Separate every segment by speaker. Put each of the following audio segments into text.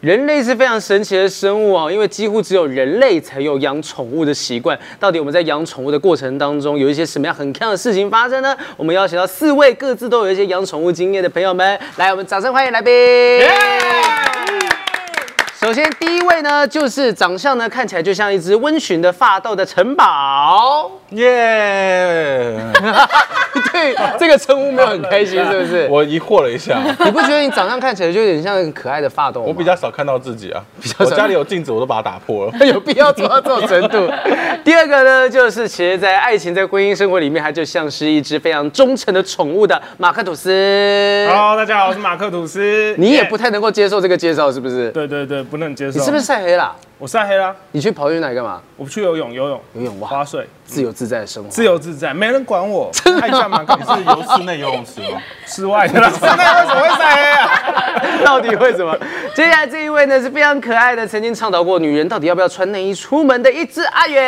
Speaker 1: 人类是非常神奇的生物哦，因为几乎只有人类才有养宠物的习惯。到底我们在养宠物的过程当中，有一些什么样很看的事情发生呢？我们邀请到四位各自都有一些养宠物经验的朋友们，来，我们掌声欢迎来宾。首先第一位呢，就是长相呢看起来就像一只温驯的发豆的城 堡。
Speaker 2: 耶！
Speaker 1: 对这个称呼没有很开心，是不是？
Speaker 2: 我疑惑了一下，
Speaker 1: 你不觉得你长相看起来就有点像很可爱的发豆吗？
Speaker 2: 我比较少看到自己啊，
Speaker 1: 少
Speaker 2: 我家里有镜子，我都把它打破了。
Speaker 1: 有必要做到这种程度。第二个呢，就是其实，在爱情、在婚姻生活里面，它就像是一只非常忠诚的宠物的马克吐斯。
Speaker 3: Hello，大家好，我是马克吐斯。
Speaker 1: 你也
Speaker 3: 耶
Speaker 1: 不太能够接受这个介绍，是不是？
Speaker 3: 对对对，不能接受。
Speaker 1: 你是不是晒黑啦？
Speaker 3: 我晒黑啦？
Speaker 1: 你去跑去哪干嘛？
Speaker 3: 我不去游泳，游泳，
Speaker 1: 游泳哇
Speaker 3: 划，水，
Speaker 1: 自由自在的生 活。
Speaker 3: 自由自在，没人管我。爱干嘛干嘛，
Speaker 2: 是游室内游泳池吗？
Speaker 3: 室外的啦。室内为什么会晒黑啊？
Speaker 1: 到底为什么？接下来这一位呢是非常可爱的，曾经倡导过女人到底要不要穿内衣出门的一只阿元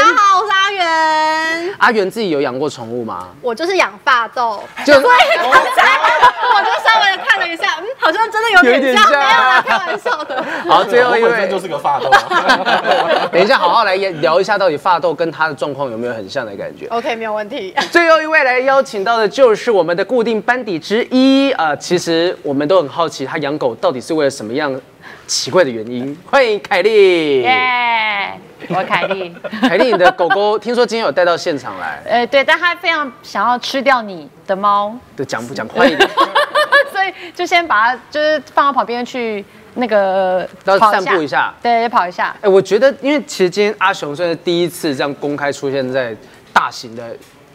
Speaker 4: 大。家好，我是阿元，
Speaker 1: 阿元自己有养过宠物吗？
Speaker 4: 我就是养发 豆，
Speaker 1: 就
Speaker 4: 所以刚才 我就稍微的看了一下，嗯，好像真的有
Speaker 1: 有点
Speaker 4: 点像，
Speaker 1: 像
Speaker 4: 没有啦，开玩笑的。
Speaker 1: 好， 最
Speaker 2: 我
Speaker 1: 后一
Speaker 2: 本身就
Speaker 1: 位。
Speaker 2: 是个发豆啊。
Speaker 1: 等一下，好好来聊一下，到底发豆跟他的状况有没有很像的感觉？
Speaker 5: 哦
Speaker 4: OK，没有问题。
Speaker 1: 最后一位来邀请到的就是我们的固定班底之一啊、呃其实我们都很好奇，他养狗到底是为了什么样奇怪的原因？欢迎凯莉。
Speaker 5: 耶我凯莉。
Speaker 1: 凯莉，你的狗狗听说今天有带到现场来，
Speaker 5: 呃，对，但它非常想要吃掉你的猫，
Speaker 1: 对，讲不讲快一点？
Speaker 5: 所以就先把它就是放到旁边去那个
Speaker 1: 然后
Speaker 5: 跑
Speaker 1: 散步一下
Speaker 5: 对，跑一下。
Speaker 1: 哎、我觉得，因为其实今天阿雄算是第一次这样公开出现在大型的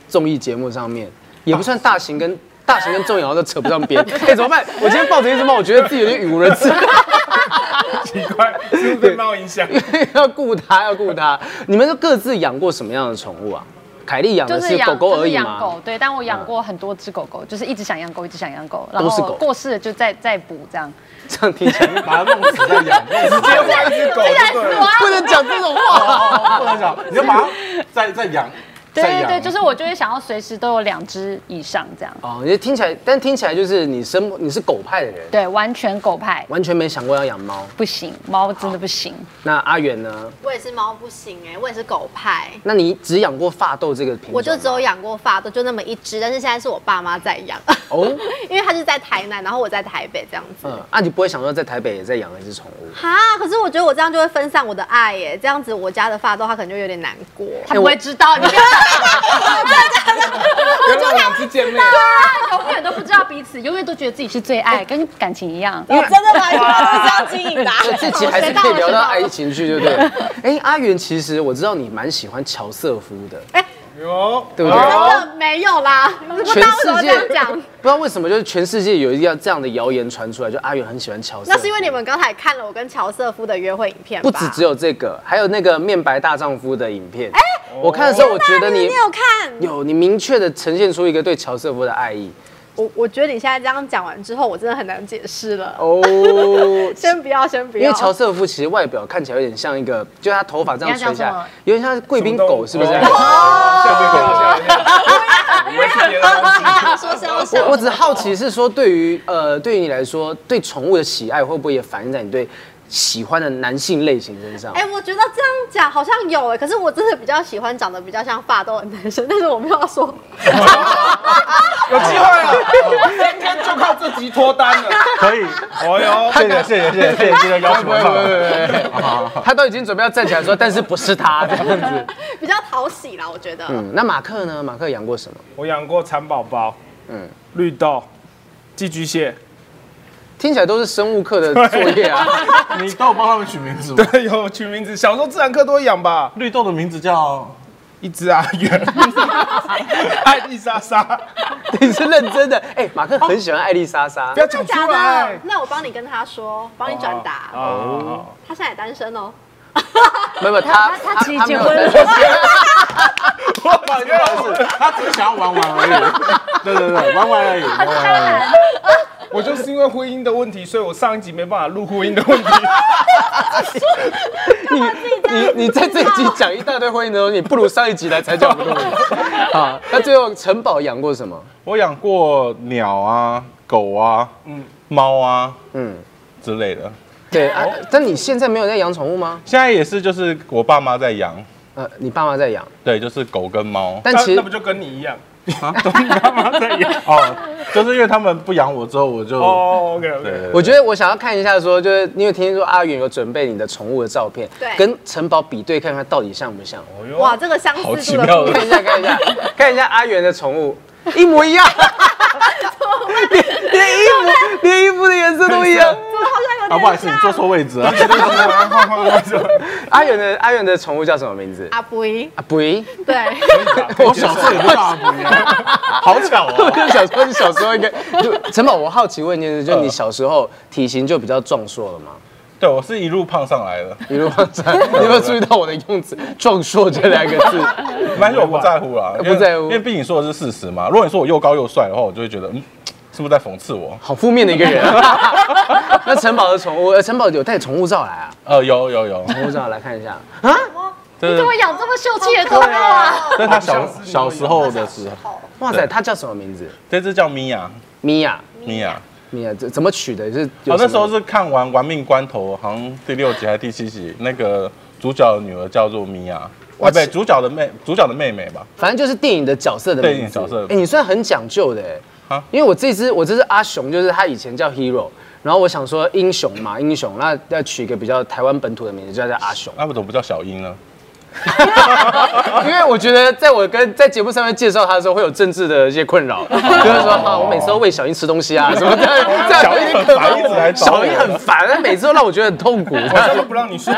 Speaker 1: 综艺节目上面，也不算大型跟。大型跟综艺好像都扯不上边，哎、怎么办？我今天抱着一只猫，我觉得自己有点语无伦次。
Speaker 3: 奇怪，是不是被猫影响？
Speaker 1: 要顾它，要顾它。你们都各自养过什么样的宠物啊？凯莉养的是狗狗而
Speaker 5: 就是
Speaker 1: 已
Speaker 5: 养
Speaker 1: 吗？
Speaker 5: 狗，对，但我养过很多只狗狗，就是一直想养狗，一直想养狗，然
Speaker 1: 都是
Speaker 5: 后
Speaker 1: 狗
Speaker 5: 过世了就再再补这样。
Speaker 1: 这样听起来
Speaker 2: 把它弄死再养，弄死
Speaker 3: 直接换一只 狗就对了。
Speaker 1: 不能讲这种话。
Speaker 2: 不能养，你就把它再再养，
Speaker 5: 对
Speaker 2: 再
Speaker 5: 对
Speaker 2: 养。
Speaker 5: 对，就是我就会想要随时都有两只以上这样。
Speaker 1: 哦，你听起来，但听起来就是你生你是狗派的人，
Speaker 5: 对，完全狗派
Speaker 1: 完全没想过要养猫。
Speaker 5: 不行，猫真的不行。
Speaker 1: 那阿远呢？
Speaker 4: 我也是猫不行哎，我也是狗派。
Speaker 1: 那你只养过发豆这个品种吗？
Speaker 4: 我就只有养过发豆，就那么一只，但是现在是我爸妈在养，
Speaker 1: 哦，
Speaker 4: 因为他是在台南，然后我在台北这样子。
Speaker 1: 嗯，啊，你不会想说在台北也在养一只宠物？
Speaker 4: 哈，可是我觉得我这样就会分散我的爱耶，这样子我家的发豆他可能就有点难过。
Speaker 5: 他不会知 道，你不要
Speaker 2: 原来两只 姐妹，
Speaker 5: 永远都不知道彼此，永远都觉得自己是最
Speaker 1: 哎
Speaker 5: 爱，跟感情一
Speaker 1: 啊
Speaker 5: 样。
Speaker 4: 哎我真的完全不知道经营 的、啊
Speaker 1: 对， 这集还是可以聊到爱情去，对不对？哎，阿元，其实我知道你蛮喜欢乔瑟夫的，
Speaker 3: 有，
Speaker 1: 对不对？
Speaker 4: 真的没有啦，不知
Speaker 1: 全
Speaker 4: 道为什么
Speaker 1: 世
Speaker 4: 这
Speaker 1: 界
Speaker 4: 样讲。
Speaker 1: 不知道为什么，就是全世界有一个这样的谣言传出来，就阿元很喜欢乔瑟夫。
Speaker 4: 那是因为你们刚才看了我跟乔瑟夫的约会影片吧？
Speaker 1: 不止只有这个，还有那个面白大丈夫的影片。我看的时候，我觉得
Speaker 4: 啊你
Speaker 1: 你
Speaker 4: 没有看？
Speaker 1: 有你明确的呈现出一个对乔瑟夫的爱意
Speaker 4: 我我觉得你现在这样讲完之后，我真的很难解释了。
Speaker 1: 哦。
Speaker 4: 先不要，先 不
Speaker 1: 因
Speaker 4: 要。
Speaker 1: 为乔瑟夫其实外表看起来有点像一个，就是他头发这样垂下
Speaker 5: 你要讲什
Speaker 1: 来
Speaker 5: 么，
Speaker 1: 有点像贵宾狗，是不是？
Speaker 3: 下回狗下
Speaker 5: 啊
Speaker 3: 回狗，以为是别的东西。
Speaker 4: 他说是要
Speaker 1: 我我只好奇是说，对于呃，对于你来说，对宠物的喜爱会不会也反映在你对喜欢的男性类型身上？
Speaker 4: 哎、我觉得这样讲好像有哎，可是我真的比较喜欢长得比较像发豆的男生，但是我没有要说，
Speaker 3: 有机会了，
Speaker 2: 今天就靠这集脱单了。可以，
Speaker 3: 哦哟，
Speaker 2: 谢谢谢谢谢谢谢谢今天邀请我上来。
Speaker 1: 他都已经准备要站起来说，但是不是他这样 子。
Speaker 4: 比较讨喜啦，我觉得。
Speaker 1: 嗯，那马克呢？马克养过什么？
Speaker 3: 我养过蚕宝宝，嗯，绿豆，寄居蟹，
Speaker 1: 听起来都是生物课的作业 啊。
Speaker 2: 你都有帮他们取名字吗？
Speaker 3: 对，有取名字，小时候自然课都会养吧。
Speaker 2: 绿豆的名字叫
Speaker 3: 一只阿元， 爱丽莎莎，
Speaker 1: 你是认真的？哎、马克很喜欢艾丽莎莎
Speaker 3: 不。要讲
Speaker 4: 假
Speaker 3: 出来
Speaker 4: 的。，那我帮你跟他说，帮你转达。
Speaker 3: 哦，
Speaker 4: 他现在也单身哦。
Speaker 1: 没有，没有他
Speaker 5: 他他其实
Speaker 1: 没有
Speaker 5: 结婚了
Speaker 1: 在
Speaker 2: 不好意思，不好意思，他只是想要玩玩而已。对对对，玩玩而已，玩玩而
Speaker 3: 我就是因为婚姻的问题，所以我上一集没办法录婚姻的问题。
Speaker 1: 你你你在这一集讲一大堆婚姻的东西，你不如上一集来才讲不 动。好，那最后城堡养过什么？
Speaker 2: 我养过鸟啊、狗啊、嗯、猫啊
Speaker 1: 嗯，
Speaker 2: 之类的。
Speaker 1: 对啊，但你现在没有在养宠物吗？
Speaker 2: 现在也是，就是我爸妈在养，
Speaker 1: 呃，你爸妈在养，
Speaker 2: 对，就是狗跟猫。
Speaker 1: 但其
Speaker 3: 那
Speaker 1: 实
Speaker 3: 那不就跟你一样？
Speaker 2: 哦，就是因为他们不养我之后，我就
Speaker 3: 哦，OK
Speaker 2: 对
Speaker 3: OK，
Speaker 2: 对
Speaker 1: 我觉得我想要看一下说就是因为听说阿远有准备你的宠物的照片，
Speaker 4: 对
Speaker 1: 跟城堡比对看看到底像不像。
Speaker 4: 哇，这个相
Speaker 2: 好
Speaker 4: 似
Speaker 2: 奇
Speaker 4: 度的
Speaker 2: 妙
Speaker 4: 部
Speaker 2: 的
Speaker 4: 分，
Speaker 1: 看一下，看一下，看一下阿元的宠物，一模一样，连连衣服连衣服的颜色都一样。
Speaker 4: 我好像有
Speaker 2: 啊，
Speaker 4: 点
Speaker 2: 不好意思，你坐错位置了。啊
Speaker 1: 阿元的阿元的宠物叫什么名字？
Speaker 4: 阿 布依，
Speaker 1: 阿布依，
Speaker 4: 对，
Speaker 2: 我 小时候也不叫阿布一样，好巧
Speaker 1: 我
Speaker 2: 哦。
Speaker 1: 就想说你小时候应该就陈宝，我好奇问一件事，
Speaker 3: 嗯
Speaker 1: 就你小时候体型就比较壮硕了吗？
Speaker 2: 对，我是一路胖上来 的，
Speaker 1: 一路往上，你有没有注意到我的用词“壮硕”这两个字？
Speaker 2: 但是我不在乎啦，啊因为
Speaker 1: 不在乎
Speaker 2: 因为毕竟说的是事实嘛。如果你说我又高又帅的话，我就会觉得，嗯，是不是在讽刺我？
Speaker 1: 好负面的一 个人。那城堡的宠物，呃，城堡有带宠物照来啊？
Speaker 2: 呃，有有有，
Speaker 1: 宠物照来看一下，
Speaker 2: 这
Speaker 5: 你
Speaker 2: 是
Speaker 5: 怎么 养这么秀气的动物啊？
Speaker 2: 这是他小
Speaker 3: 好像是
Speaker 2: 小时候的时候，
Speaker 4: 好，
Speaker 1: 哇塞，
Speaker 2: 对
Speaker 1: 它叫什么名字？
Speaker 2: 这只叫米娅，
Speaker 1: 米娅，
Speaker 2: 米娅。
Speaker 1: 米娅怎怎么取的？是有
Speaker 2: 我那
Speaker 1: 什么
Speaker 2: 时候是看完《玩命关头》，好像第六集还是第七集，那个主角的女儿叫做米娅，
Speaker 1: 哇
Speaker 2: 啊，对，
Speaker 1: 是
Speaker 2: 主角的妹，主角的妹妹吧。
Speaker 1: 反正就是电影的角色的
Speaker 2: 对
Speaker 1: 名字。
Speaker 2: 电影角色
Speaker 1: 哎、你算很讲究的哎、
Speaker 2: 啊。
Speaker 1: 因为我这只我这只阿雄，就是他以前叫 Hero，然后我想说英雄嘛，英雄，那要取一个比较台湾本土的名字，就叫叫阿雄
Speaker 2: 那为什啊么不叫小英呢？
Speaker 1: 因为我觉得在我跟在节目上面介绍他的时候，会有政治的一些困扰，就是说啊，我每次都喂小英吃东西啊什么的， 这样
Speaker 2: 小英很烦一直来找
Speaker 1: 哦
Speaker 2: 我
Speaker 1: 小英很烦，他每次都让我觉得很痛苦。
Speaker 3: 晚上都不让 你睡。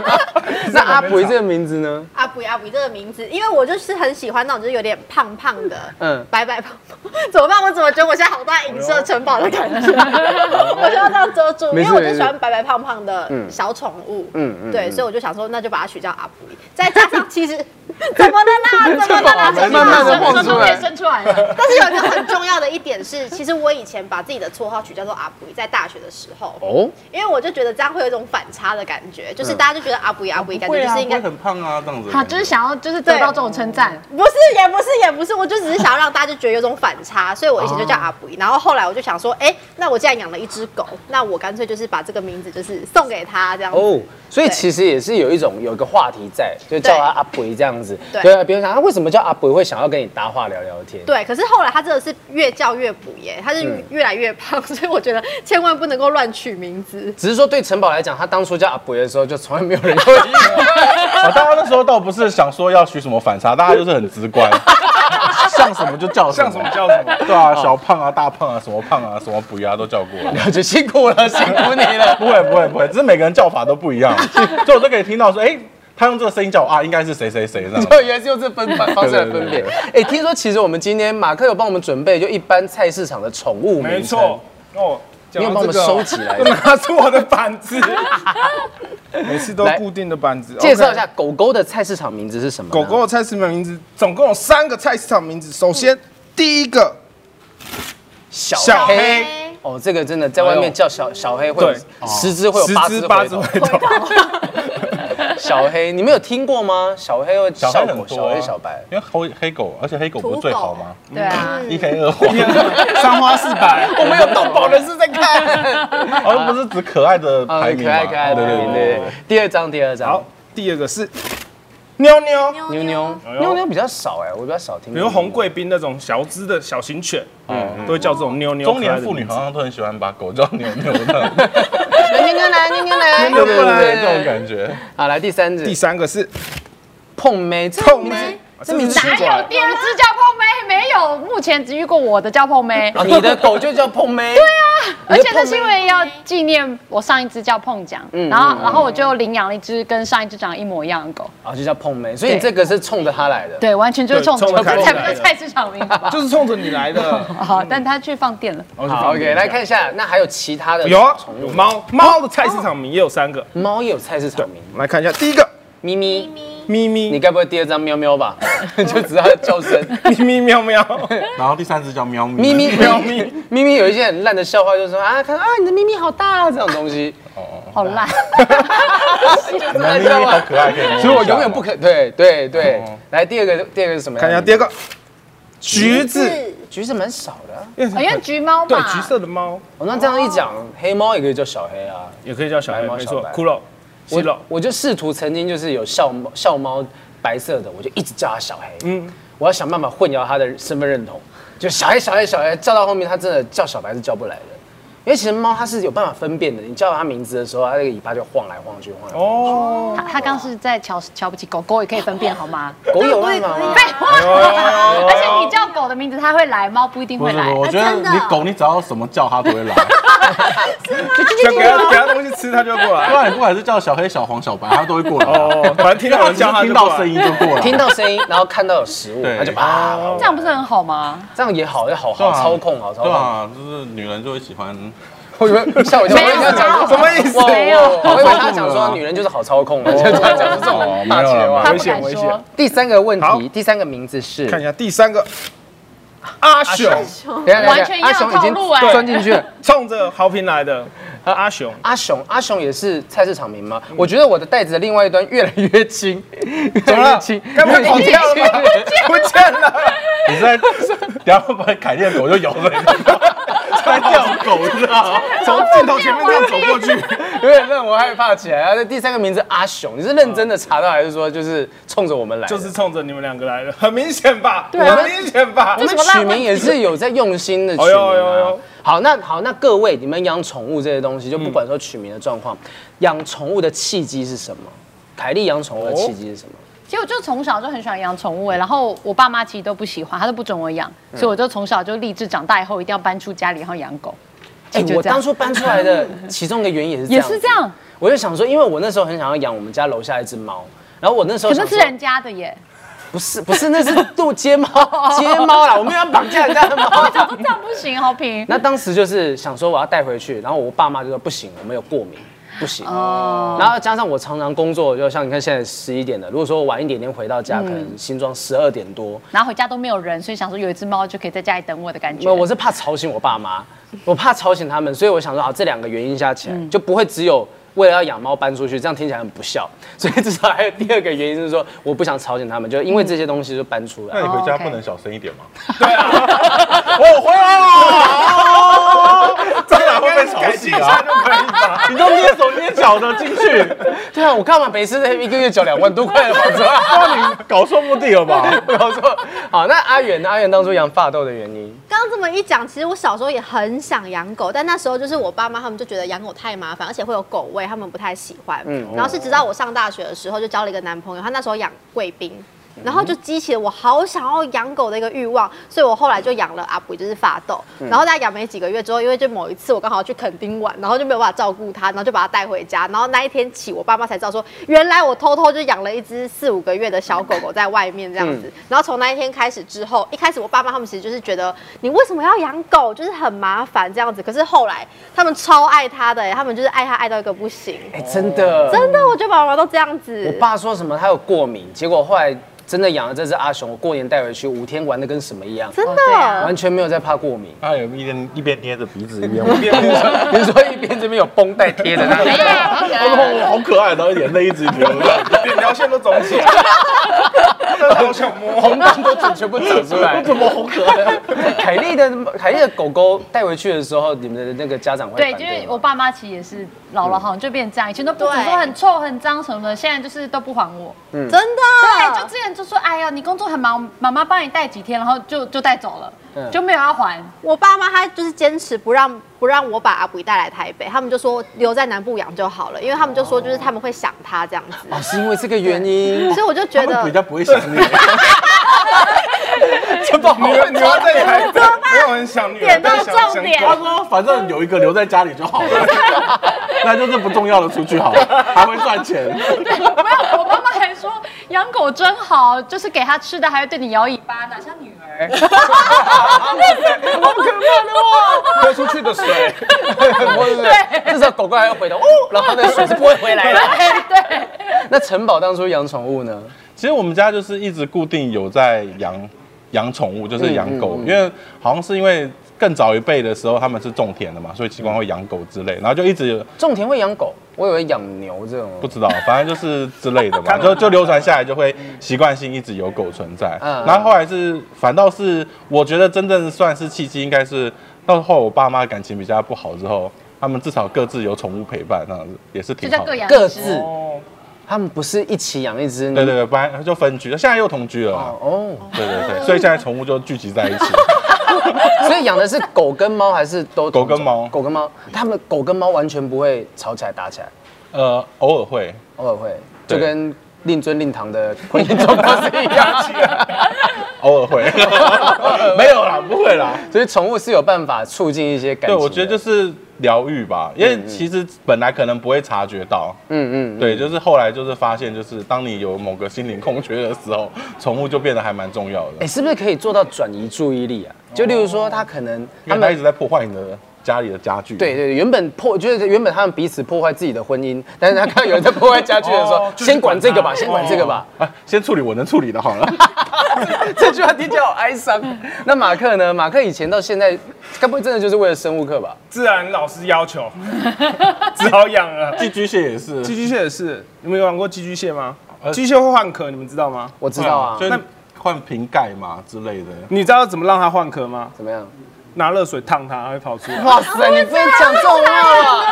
Speaker 1: 那阿伯这个名字呢？
Speaker 4: 阿布依阿布依这个名字，因为我就是很喜欢那种就是有点胖胖的，
Speaker 1: 嗯
Speaker 4: 嗯，白白胖胖，怎么办？我怎么觉得我现在好大影射城堡的感 觉？我就要这样遮住，
Speaker 1: 没
Speaker 4: 因
Speaker 1: 事
Speaker 4: 为我就喜欢白白胖胖的小宠物，
Speaker 1: 嗯
Speaker 4: 嗯
Speaker 1: 嗯
Speaker 4: 嗯，对，所以我就想说，那就把它取叫阿布依，再加上其实 怎么的啦，怎么的 啦，
Speaker 1: 慢
Speaker 4: 怎
Speaker 1: 啊慢
Speaker 4: 么
Speaker 1: 地
Speaker 4: 的
Speaker 1: 晃
Speaker 4: 啦。
Speaker 5: 生也生出来了，
Speaker 4: 但是有一个很重要的一点是，其实我以前把自己的绰号取叫做阿布依，在大学的时候，
Speaker 1: 哦，嗯
Speaker 4: 因为我就觉得这样会有一种反差的感觉，就是大家就觉得阿布依阿布依，感觉就是应该
Speaker 2: 不会很胖啊，这样子。
Speaker 5: 他就是想要就是得到这种称赞，
Speaker 4: 不是，也不是，也不是，我就只是想要让大家就觉得有种反差，所以我以前
Speaker 1: 哦
Speaker 4: 就叫阿布依，然后后来我就想说，哎、那我既然养了一只狗，那我干脆就是把这个名字就是送给他这样子。
Speaker 1: 哦，所以
Speaker 4: 对
Speaker 1: 其实也是有一种有一个话题在，就叫他
Speaker 4: 对
Speaker 1: 阿伯这样子。
Speaker 4: 对
Speaker 1: 对，别人想他为什么叫阿伯会想要跟你搭话聊聊天？
Speaker 4: 对，可是后来他真的是越叫越补耶，他是
Speaker 1: 嗯
Speaker 4: 越来越胖， 所以我觉得千万不能够乱取名字。
Speaker 1: 只是说对城堡来讲，他当初叫阿伯的时候，就从来没有人会。
Speaker 2: 啊，大家那时候倒不是想说要取什么反差，大家就是很直观，像什么就叫什么，
Speaker 3: 像什么叫什么
Speaker 2: 对啊，小胖啊、大胖啊、什么胖啊、什么补牙都叫过了。
Speaker 1: 了解，辛苦了， 辛苦你了。
Speaker 2: 不会不会不会，只是每个人叫法都不一样，所以我都可以听到说，哎、他用这个声音叫我啊，应该是谁谁谁这样。
Speaker 1: 对，原来是用这分法方式来分
Speaker 2: 对
Speaker 1: 辨
Speaker 2: 对对。
Speaker 1: 哎，听说其实我们今天马克有帮我们准备，就一般菜市场的宠物名称
Speaker 3: 没错，，哦，
Speaker 1: 你有帮我们收起来
Speaker 3: 我 拿出我的板子， 每次都固定的板子。
Speaker 1: 介绍
Speaker 3: OK
Speaker 1: 一下狗狗的菜市场名字是什么呢？
Speaker 3: 狗狗的菜市场名字，总共有三个菜市场名字。首
Speaker 1: 嗯
Speaker 3: 先第一个
Speaker 1: 小
Speaker 3: 小
Speaker 1: 黑。
Speaker 3: 黑，
Speaker 4: 哎
Speaker 1: 哦，这个真的在外面叫小小黑会有
Speaker 3: 对
Speaker 1: 十只会有
Speaker 3: 十
Speaker 1: 八只
Speaker 3: 只
Speaker 1: 回
Speaker 3: 八只
Speaker 1: 头
Speaker 3: 回头，
Speaker 1: 小黑，你们有听过吗？小黑会
Speaker 2: 小
Speaker 1: 小
Speaker 2: 黑
Speaker 1: 狗
Speaker 2: 很
Speaker 1: 小
Speaker 2: 多、啊
Speaker 1: 黑小白，
Speaker 2: 因为黑黑狗，而且黑狗不是最好吗？
Speaker 5: 对啊，
Speaker 1: 嗯
Speaker 2: 一黑二黄，
Speaker 3: 三花四白。
Speaker 1: 我们有动保人士在看，
Speaker 2: 而哦不是指可爱的
Speaker 1: 啊，
Speaker 2: 排名
Speaker 1: 可
Speaker 2: 嘛。
Speaker 1: 爱可爱的，对
Speaker 2: 对
Speaker 1: 对
Speaker 2: 对
Speaker 1: 对
Speaker 2: 对。。
Speaker 1: 第二张，第二张，
Speaker 3: 好，第二个是妞妞，
Speaker 1: 妞妞，妞妞比较少哎，我比较少听。
Speaker 3: 比如红， 贵宾那种小只的小型犬，嗯，都会叫这种妞妞。
Speaker 2: 中年妇女好像都很喜欢把狗叫扭扭的，
Speaker 1: 来妞妞来，妞妞来，
Speaker 2: 扭过来这种感觉。
Speaker 1: 好，来第三只，
Speaker 3: 第三个是
Speaker 1: 碰妹，这
Speaker 3: 碰妹，
Speaker 1: 这名字啊
Speaker 3: 是
Speaker 1: 听过
Speaker 5: 哪有
Speaker 1: 来。
Speaker 5: 第二只叫碰妹？没有，目前只遇过我的叫碰妹
Speaker 1: 啊，。你的狗就叫碰妹，对啊，
Speaker 5: 而且那是因为要纪念我上一只叫碰奖，
Speaker 1: 嗯
Speaker 5: 然后然后我就领养了一只跟上一只长得一模一样的狗，
Speaker 1: 啊，就叫碰妹，所以你这个是冲着它来的。
Speaker 5: 对，完全就是冲着
Speaker 3: 对冲着
Speaker 5: 这才不
Speaker 3: 开
Speaker 5: 是
Speaker 3: 始
Speaker 5: 菜市场 名吧？
Speaker 3: 就是冲着你来的。
Speaker 5: 好，但它去放电了。
Speaker 1: 好，OK，来看一下，那还有其他的
Speaker 3: 有啊
Speaker 1: 宠
Speaker 3: 有
Speaker 1: 物吗？
Speaker 3: 猫，猫的菜市场名也有三个。
Speaker 1: 猫也有菜市场名，
Speaker 3: 我们来看一下，第一个
Speaker 1: 咪咪，
Speaker 3: 咪
Speaker 1: 你
Speaker 3: 咪，
Speaker 1: 该不会第二张喵喵吧？就只要叫声。
Speaker 3: 咪咪喵喵，
Speaker 2: 然后第三只叫喵
Speaker 1: 咪
Speaker 2: 咪，
Speaker 1: 咪
Speaker 3: 喵咪
Speaker 1: 咪咪有一些很烂的笑话，就是说啊，看啊你的咪咪好大、啊、这种东西，
Speaker 5: 好烂，
Speaker 1: 就是烂笑
Speaker 2: 那咪咪好
Speaker 1: 话。
Speaker 2: 可爱，可以摸一下
Speaker 1: 所以我永远不可对对对
Speaker 2: 哦，
Speaker 1: 来第二个第二个是什么样
Speaker 3: 看
Speaker 1: 的？
Speaker 3: 一下第二个，橘子，哎
Speaker 1: 橘是蛮少的啊。
Speaker 3: 因为
Speaker 5: 因为橘猫
Speaker 3: 对
Speaker 5: 吧，
Speaker 3: 橘色的猫
Speaker 1: 哦，那这样一讲，黑猫也可以叫小黑啊。
Speaker 3: 也可以叫小黑，
Speaker 1: 白猫
Speaker 3: 没
Speaker 1: 小
Speaker 3: 错，
Speaker 1: 白
Speaker 3: 骷髅、西
Speaker 1: 我
Speaker 3: 肉，
Speaker 1: 我就试图曾经就是有笑猫笑猫白色的，我就一直叫它小黑。嗯，我要想办法混淆它的身份认同，就小黑小黑小黑叫到后面，它真的叫小白是叫不来的。因为其实猫它是有办法分辨的，你叫它名字的时候，它那个尾巴就晃来晃去，晃来晃
Speaker 3: 哦，
Speaker 5: 他他刚是在瞧瞧不起狗狗，也可以分辨 好吗？
Speaker 1: 去。狗有办法吗？
Speaker 5: 废话，
Speaker 3: 哎
Speaker 5: 而且你叫狗的名字，它会来，猫不一定
Speaker 2: 不
Speaker 5: 会
Speaker 2: 是，
Speaker 5: 来。
Speaker 2: 我觉
Speaker 4: 哎
Speaker 2: 得
Speaker 4: 真的
Speaker 2: 你狗你只要什么叫它都会来，
Speaker 3: 只要给它给它东西吃，它就会
Speaker 2: 不
Speaker 3: 过来。
Speaker 2: 然不管是叫小黑、小黄、小白，它都会过来。
Speaker 3: 哦，反正听到
Speaker 2: 它
Speaker 3: 人
Speaker 2: 只要
Speaker 3: 叫它就
Speaker 2: 听
Speaker 3: 过
Speaker 2: 到
Speaker 3: 来
Speaker 2: 声音就过来，
Speaker 1: 听到声音，然后看到有食物，
Speaker 2: 对
Speaker 1: 它就啊，
Speaker 5: 这样不是很好吗？
Speaker 1: 这样也好，也好
Speaker 2: 对
Speaker 1: 好
Speaker 2: 啊
Speaker 1: 操控，好操
Speaker 2: 对
Speaker 1: 控。
Speaker 2: 啊，就是女人就会喜欢，
Speaker 1: 我以为吓我一跳，
Speaker 5: 没
Speaker 1: 我以为
Speaker 5: 有
Speaker 1: 你要讲
Speaker 5: 什么
Speaker 1: 意
Speaker 5: 思没有
Speaker 1: 我以为他讲说女人就是好操控，就他讲出这种大气的
Speaker 2: 哦
Speaker 1: 话
Speaker 2: 没有啦没有啦
Speaker 5: 他
Speaker 3: 危
Speaker 5: 不
Speaker 3: 险
Speaker 5: 敢
Speaker 3: 危
Speaker 5: 说
Speaker 3: 险。
Speaker 1: 第三个问
Speaker 3: 好
Speaker 1: 题，第三个名字是，
Speaker 3: 看一下第三个，阿雄
Speaker 1: 等一下等一下
Speaker 5: 完全一样
Speaker 1: 阿雄已经
Speaker 5: 套路哎
Speaker 1: 钻进 去了。
Speaker 3: 冲着好评来的，阿雄
Speaker 1: 阿雄，阿雄也是菜市场名吗？
Speaker 3: 嗯
Speaker 1: 我觉得我的袋子的另外一端越来越 轻，怎
Speaker 3: 么了该不会跑掉了吧
Speaker 1: 不见了。
Speaker 2: 你是在等一下会不会凯莉的狗就咬了你？ 在掉狗是吧？
Speaker 3: 从镜头前面这样走过去，
Speaker 1: 有点让我害怕起来。然后第三个名字阿雄，你是认真的查到，还是说就是冲着我们来的？
Speaker 3: 就是冲着你们两个来的，很明显吧？
Speaker 1: 对啊
Speaker 3: 很明显吧
Speaker 1: 我？们取名也是有在用心的取名、
Speaker 3: 哎呦哎呦哎
Speaker 1: 啊
Speaker 3: 呦。
Speaker 1: 好，那好，那各位，你们养宠物这些东西，就不
Speaker 3: 嗯
Speaker 1: 管说取名的状况，养宠物的契机是什么？凯莉养宠物的契机是什么？
Speaker 5: 其实我就从小就很喜欢养宠物、欸，然后我爸妈其实都不喜欢，他都不准我养，
Speaker 3: 嗯
Speaker 5: 所以我就从小就立志长大以后一定要搬出家里，然后养狗。
Speaker 1: 哎、
Speaker 5: 就这样
Speaker 1: 我当初搬出来的其中一个原因也是这
Speaker 5: 也
Speaker 1: 样，
Speaker 5: 是这。样，
Speaker 1: 我就想说，因为我那时候很想要养我们家楼下一只猫，然后我那时候
Speaker 5: 可
Speaker 1: 想
Speaker 5: 是是
Speaker 1: 说
Speaker 5: 人家的耶，
Speaker 1: 不是不是那是渡街 猫街猫啦，我没有要绑架人家的猫。
Speaker 5: 我说这样不行，好评。
Speaker 1: 那当时就是想说我要带回去，然后我爸妈就说不行，我们有过敏，不行。
Speaker 5: 哦
Speaker 1: 然后加上我常常工作，就像你看现在十一点了，如果说我晚一点点回到家，
Speaker 5: 嗯
Speaker 1: 可能新庄十二点多，
Speaker 5: 然后回家都没有人，所以想说有一只猫就可以在家里等我的感
Speaker 1: 没
Speaker 5: 觉。
Speaker 1: 有，我是怕吵醒我爸妈，我怕吵醒他们，所以我想说好这两个原因加起来、就不会只有。为了要养猫搬出去，这样听起来很不孝，所以至少还有第二个原因就是说，我不想吵醒他们，就因为这些东西就搬出来。
Speaker 2: 那你回
Speaker 5: 哦
Speaker 2: 家
Speaker 5: ，OK
Speaker 2: 不能小声一点吗？ 啊
Speaker 3: 我回来了，
Speaker 2: 当然会被吵醒啊！你都捏手捏脚的进去，
Speaker 1: 对啊，我干嘛每次一个月缴两万多块的房租啊？
Speaker 2: 那 你搞错目的了吧？。
Speaker 1: 搞错。好，那阿远呢，阿远当初养发豆的原因，
Speaker 4: 刚刚这么一讲，其实我小时候也很想养狗，但那时候就是我爸妈他们就觉得养狗太麻烦，而且会有狗味，他们不太喜欢。嗯，
Speaker 1: 哦
Speaker 4: 然后是直到我上大学的时候，就交了一个男朋友，他那时候养贵宾。然后就激起了我好想要养狗的一个欲望，所以我后来就养了阿布，就是发豆。然后大概养没几个月之后，因为就某一次我刚好去垦丁玩，然后就没有办法照顾它，然后就把它带回家。然后那一天起，我爸妈才知道说，原来我偷偷就养了一只四五个月的小狗狗在外面这样子。
Speaker 5: 嗯
Speaker 4: 然后从那一天开始之后，一开始我爸妈他们其实就是觉得你为什么要养狗，就是很麻烦这样子。可是后来他们超爱它的、欸他们就是爱它爱到一个不行。
Speaker 5: 嗯
Speaker 1: 哎、真的，
Speaker 4: 真的，我觉得爸爸妈妈都这样子。
Speaker 1: 我爸说什么他有过敏，结果后来真的养了这只阿雄，我过年带回去，五天玩的跟什么一样，
Speaker 4: 真
Speaker 5: 哦
Speaker 4: 的、
Speaker 5: 对啊
Speaker 1: 完全没有在怕过敏
Speaker 2: 他有一边一边捏着鼻子一边
Speaker 1: 你 是说一边这边有绷带贴着 他，
Speaker 2: 哦，好可爱，然后眼泪一直流。
Speaker 3: 扁条线都肿起来了，但是好想摸。
Speaker 1: 红斑都全全部长出来，怎么好可爱？凯莉的凯莉的狗狗带回去的时候，你们的那个家长会
Speaker 5: 对，
Speaker 1: 反
Speaker 5: 就是
Speaker 1: 吗
Speaker 5: 我爸妈其实也是老了，好像就变这样，以前都不准
Speaker 4: 对
Speaker 5: 说很臭、很脏什么的，现在就是都不还我。
Speaker 4: 真的，
Speaker 5: 嗯对，就之前就说，哎呀，你工作很忙，妈妈帮你带几天，然后就就带走
Speaker 1: 嗯
Speaker 5: 了，就没有要还。
Speaker 4: 我爸妈他就是坚持不让不让我把阿布带来台北，他们就说留在南部养就好了，因为他们就说就是他们会想他这样子，
Speaker 1: 哦，是因为这个原因，
Speaker 4: 所以我就觉
Speaker 2: 他们
Speaker 4: 得
Speaker 2: 比较不会想你，
Speaker 1: 这不好
Speaker 3: 你们你们在台北没有很想女儿，
Speaker 5: 点到
Speaker 3: 但想想
Speaker 5: 重点
Speaker 3: 狗
Speaker 2: 他说反正有一个留在家里就好了，那就是不重要的出去好了，还会赚钱。
Speaker 5: 对，没有，我妈妈还说养狗真好，就是给它吃的，还会对你摇尾巴，哪像女儿。
Speaker 3: 泼出去的水，
Speaker 1: 对，至少狗狗还会回头 哦，然后那水是不会回来的。对， 那城堡当初养宠物呢？
Speaker 2: 其实我们家嗯就是一直固定有在养养宠物，就是养狗，因为好像是因为。更早一辈的时候，他们是种田的嘛，所以习惯会养狗之类，然后就一直
Speaker 1: 种田会养狗，我以为养牛这种。
Speaker 2: 不知道，反正就是之类 的嘛，就就流传下来，就会习惯性一直有狗存在。
Speaker 1: 嗯
Speaker 2: 然后后来是，反倒是我觉得真正算是契机，应该是到后来我爸妈感情比较不好之后，他们至少各自有宠物陪伴，那样子也是
Speaker 5: 就
Speaker 2: 挺
Speaker 5: 叫
Speaker 2: 好
Speaker 5: 各
Speaker 2: 的。
Speaker 5: 养
Speaker 1: 各
Speaker 5: 一
Speaker 1: 自
Speaker 5: 只。
Speaker 3: 哦，
Speaker 1: 他们不是一起养一只？
Speaker 2: 对对。对，不然就分居了，现在又同居了嘛。
Speaker 1: 哦，
Speaker 2: 对对对，所以现在宠物就聚集在 一起。
Speaker 1: 所以养的是狗跟猫还是都同种
Speaker 2: 狗跟猫
Speaker 1: 狗跟猫，他们狗跟猫完全不会吵起来打起来，
Speaker 2: 呃，偶尔会，
Speaker 1: 偶尔会，
Speaker 2: 对
Speaker 1: 就跟令尊令堂的婚姻状况是一样的。
Speaker 2: 偶尔会，没有啦，不会啦。
Speaker 1: 所以宠物是有办法促进一些感
Speaker 2: 对，
Speaker 1: 情的。
Speaker 2: 我觉得就是疗愈吧，因为其实本来可能不会察觉到，
Speaker 1: 嗯嗯，
Speaker 2: 对，就是后来就是发现，就是当你有某个心灵空缺的时候，宠物就变得还蛮重要
Speaker 1: 哎，
Speaker 2: 的，
Speaker 1: 是不是可以做到转移注意力啊？就例如说，他可能
Speaker 2: 哦因
Speaker 1: 他
Speaker 2: 为它
Speaker 1: 们
Speaker 2: 一直在破坏你的家里的家具。
Speaker 1: 对对，原本破就是原本他们彼此破坏自己的婚姻，但是他看到有人在破坏家具的时候，
Speaker 2: 哦就是
Speaker 1: 先管这个吧，
Speaker 2: 管他
Speaker 1: 先管这个吧。
Speaker 2: 啊，先处理我能处理的好了。
Speaker 1: 这句话听起来好哀伤。那马克呢？马克以前到现在，该不会真的就是为了生物课吧？
Speaker 3: 自然老师要求，只好养了。
Speaker 2: 寄居蟹也是，
Speaker 3: 寄居蟹也是，你们有养过寄居蟹吗？
Speaker 2: 呃
Speaker 3: 寄居蟹会换壳，你们知道吗？
Speaker 1: 我知道啊
Speaker 2: 就，是
Speaker 3: 那
Speaker 2: 换瓶盖嘛之类的。
Speaker 3: 你知道怎么让它换壳吗？
Speaker 1: 怎么样？
Speaker 3: 拿热水烫它，它会跑出来。
Speaker 1: 哇塞，你不能讲这种话了。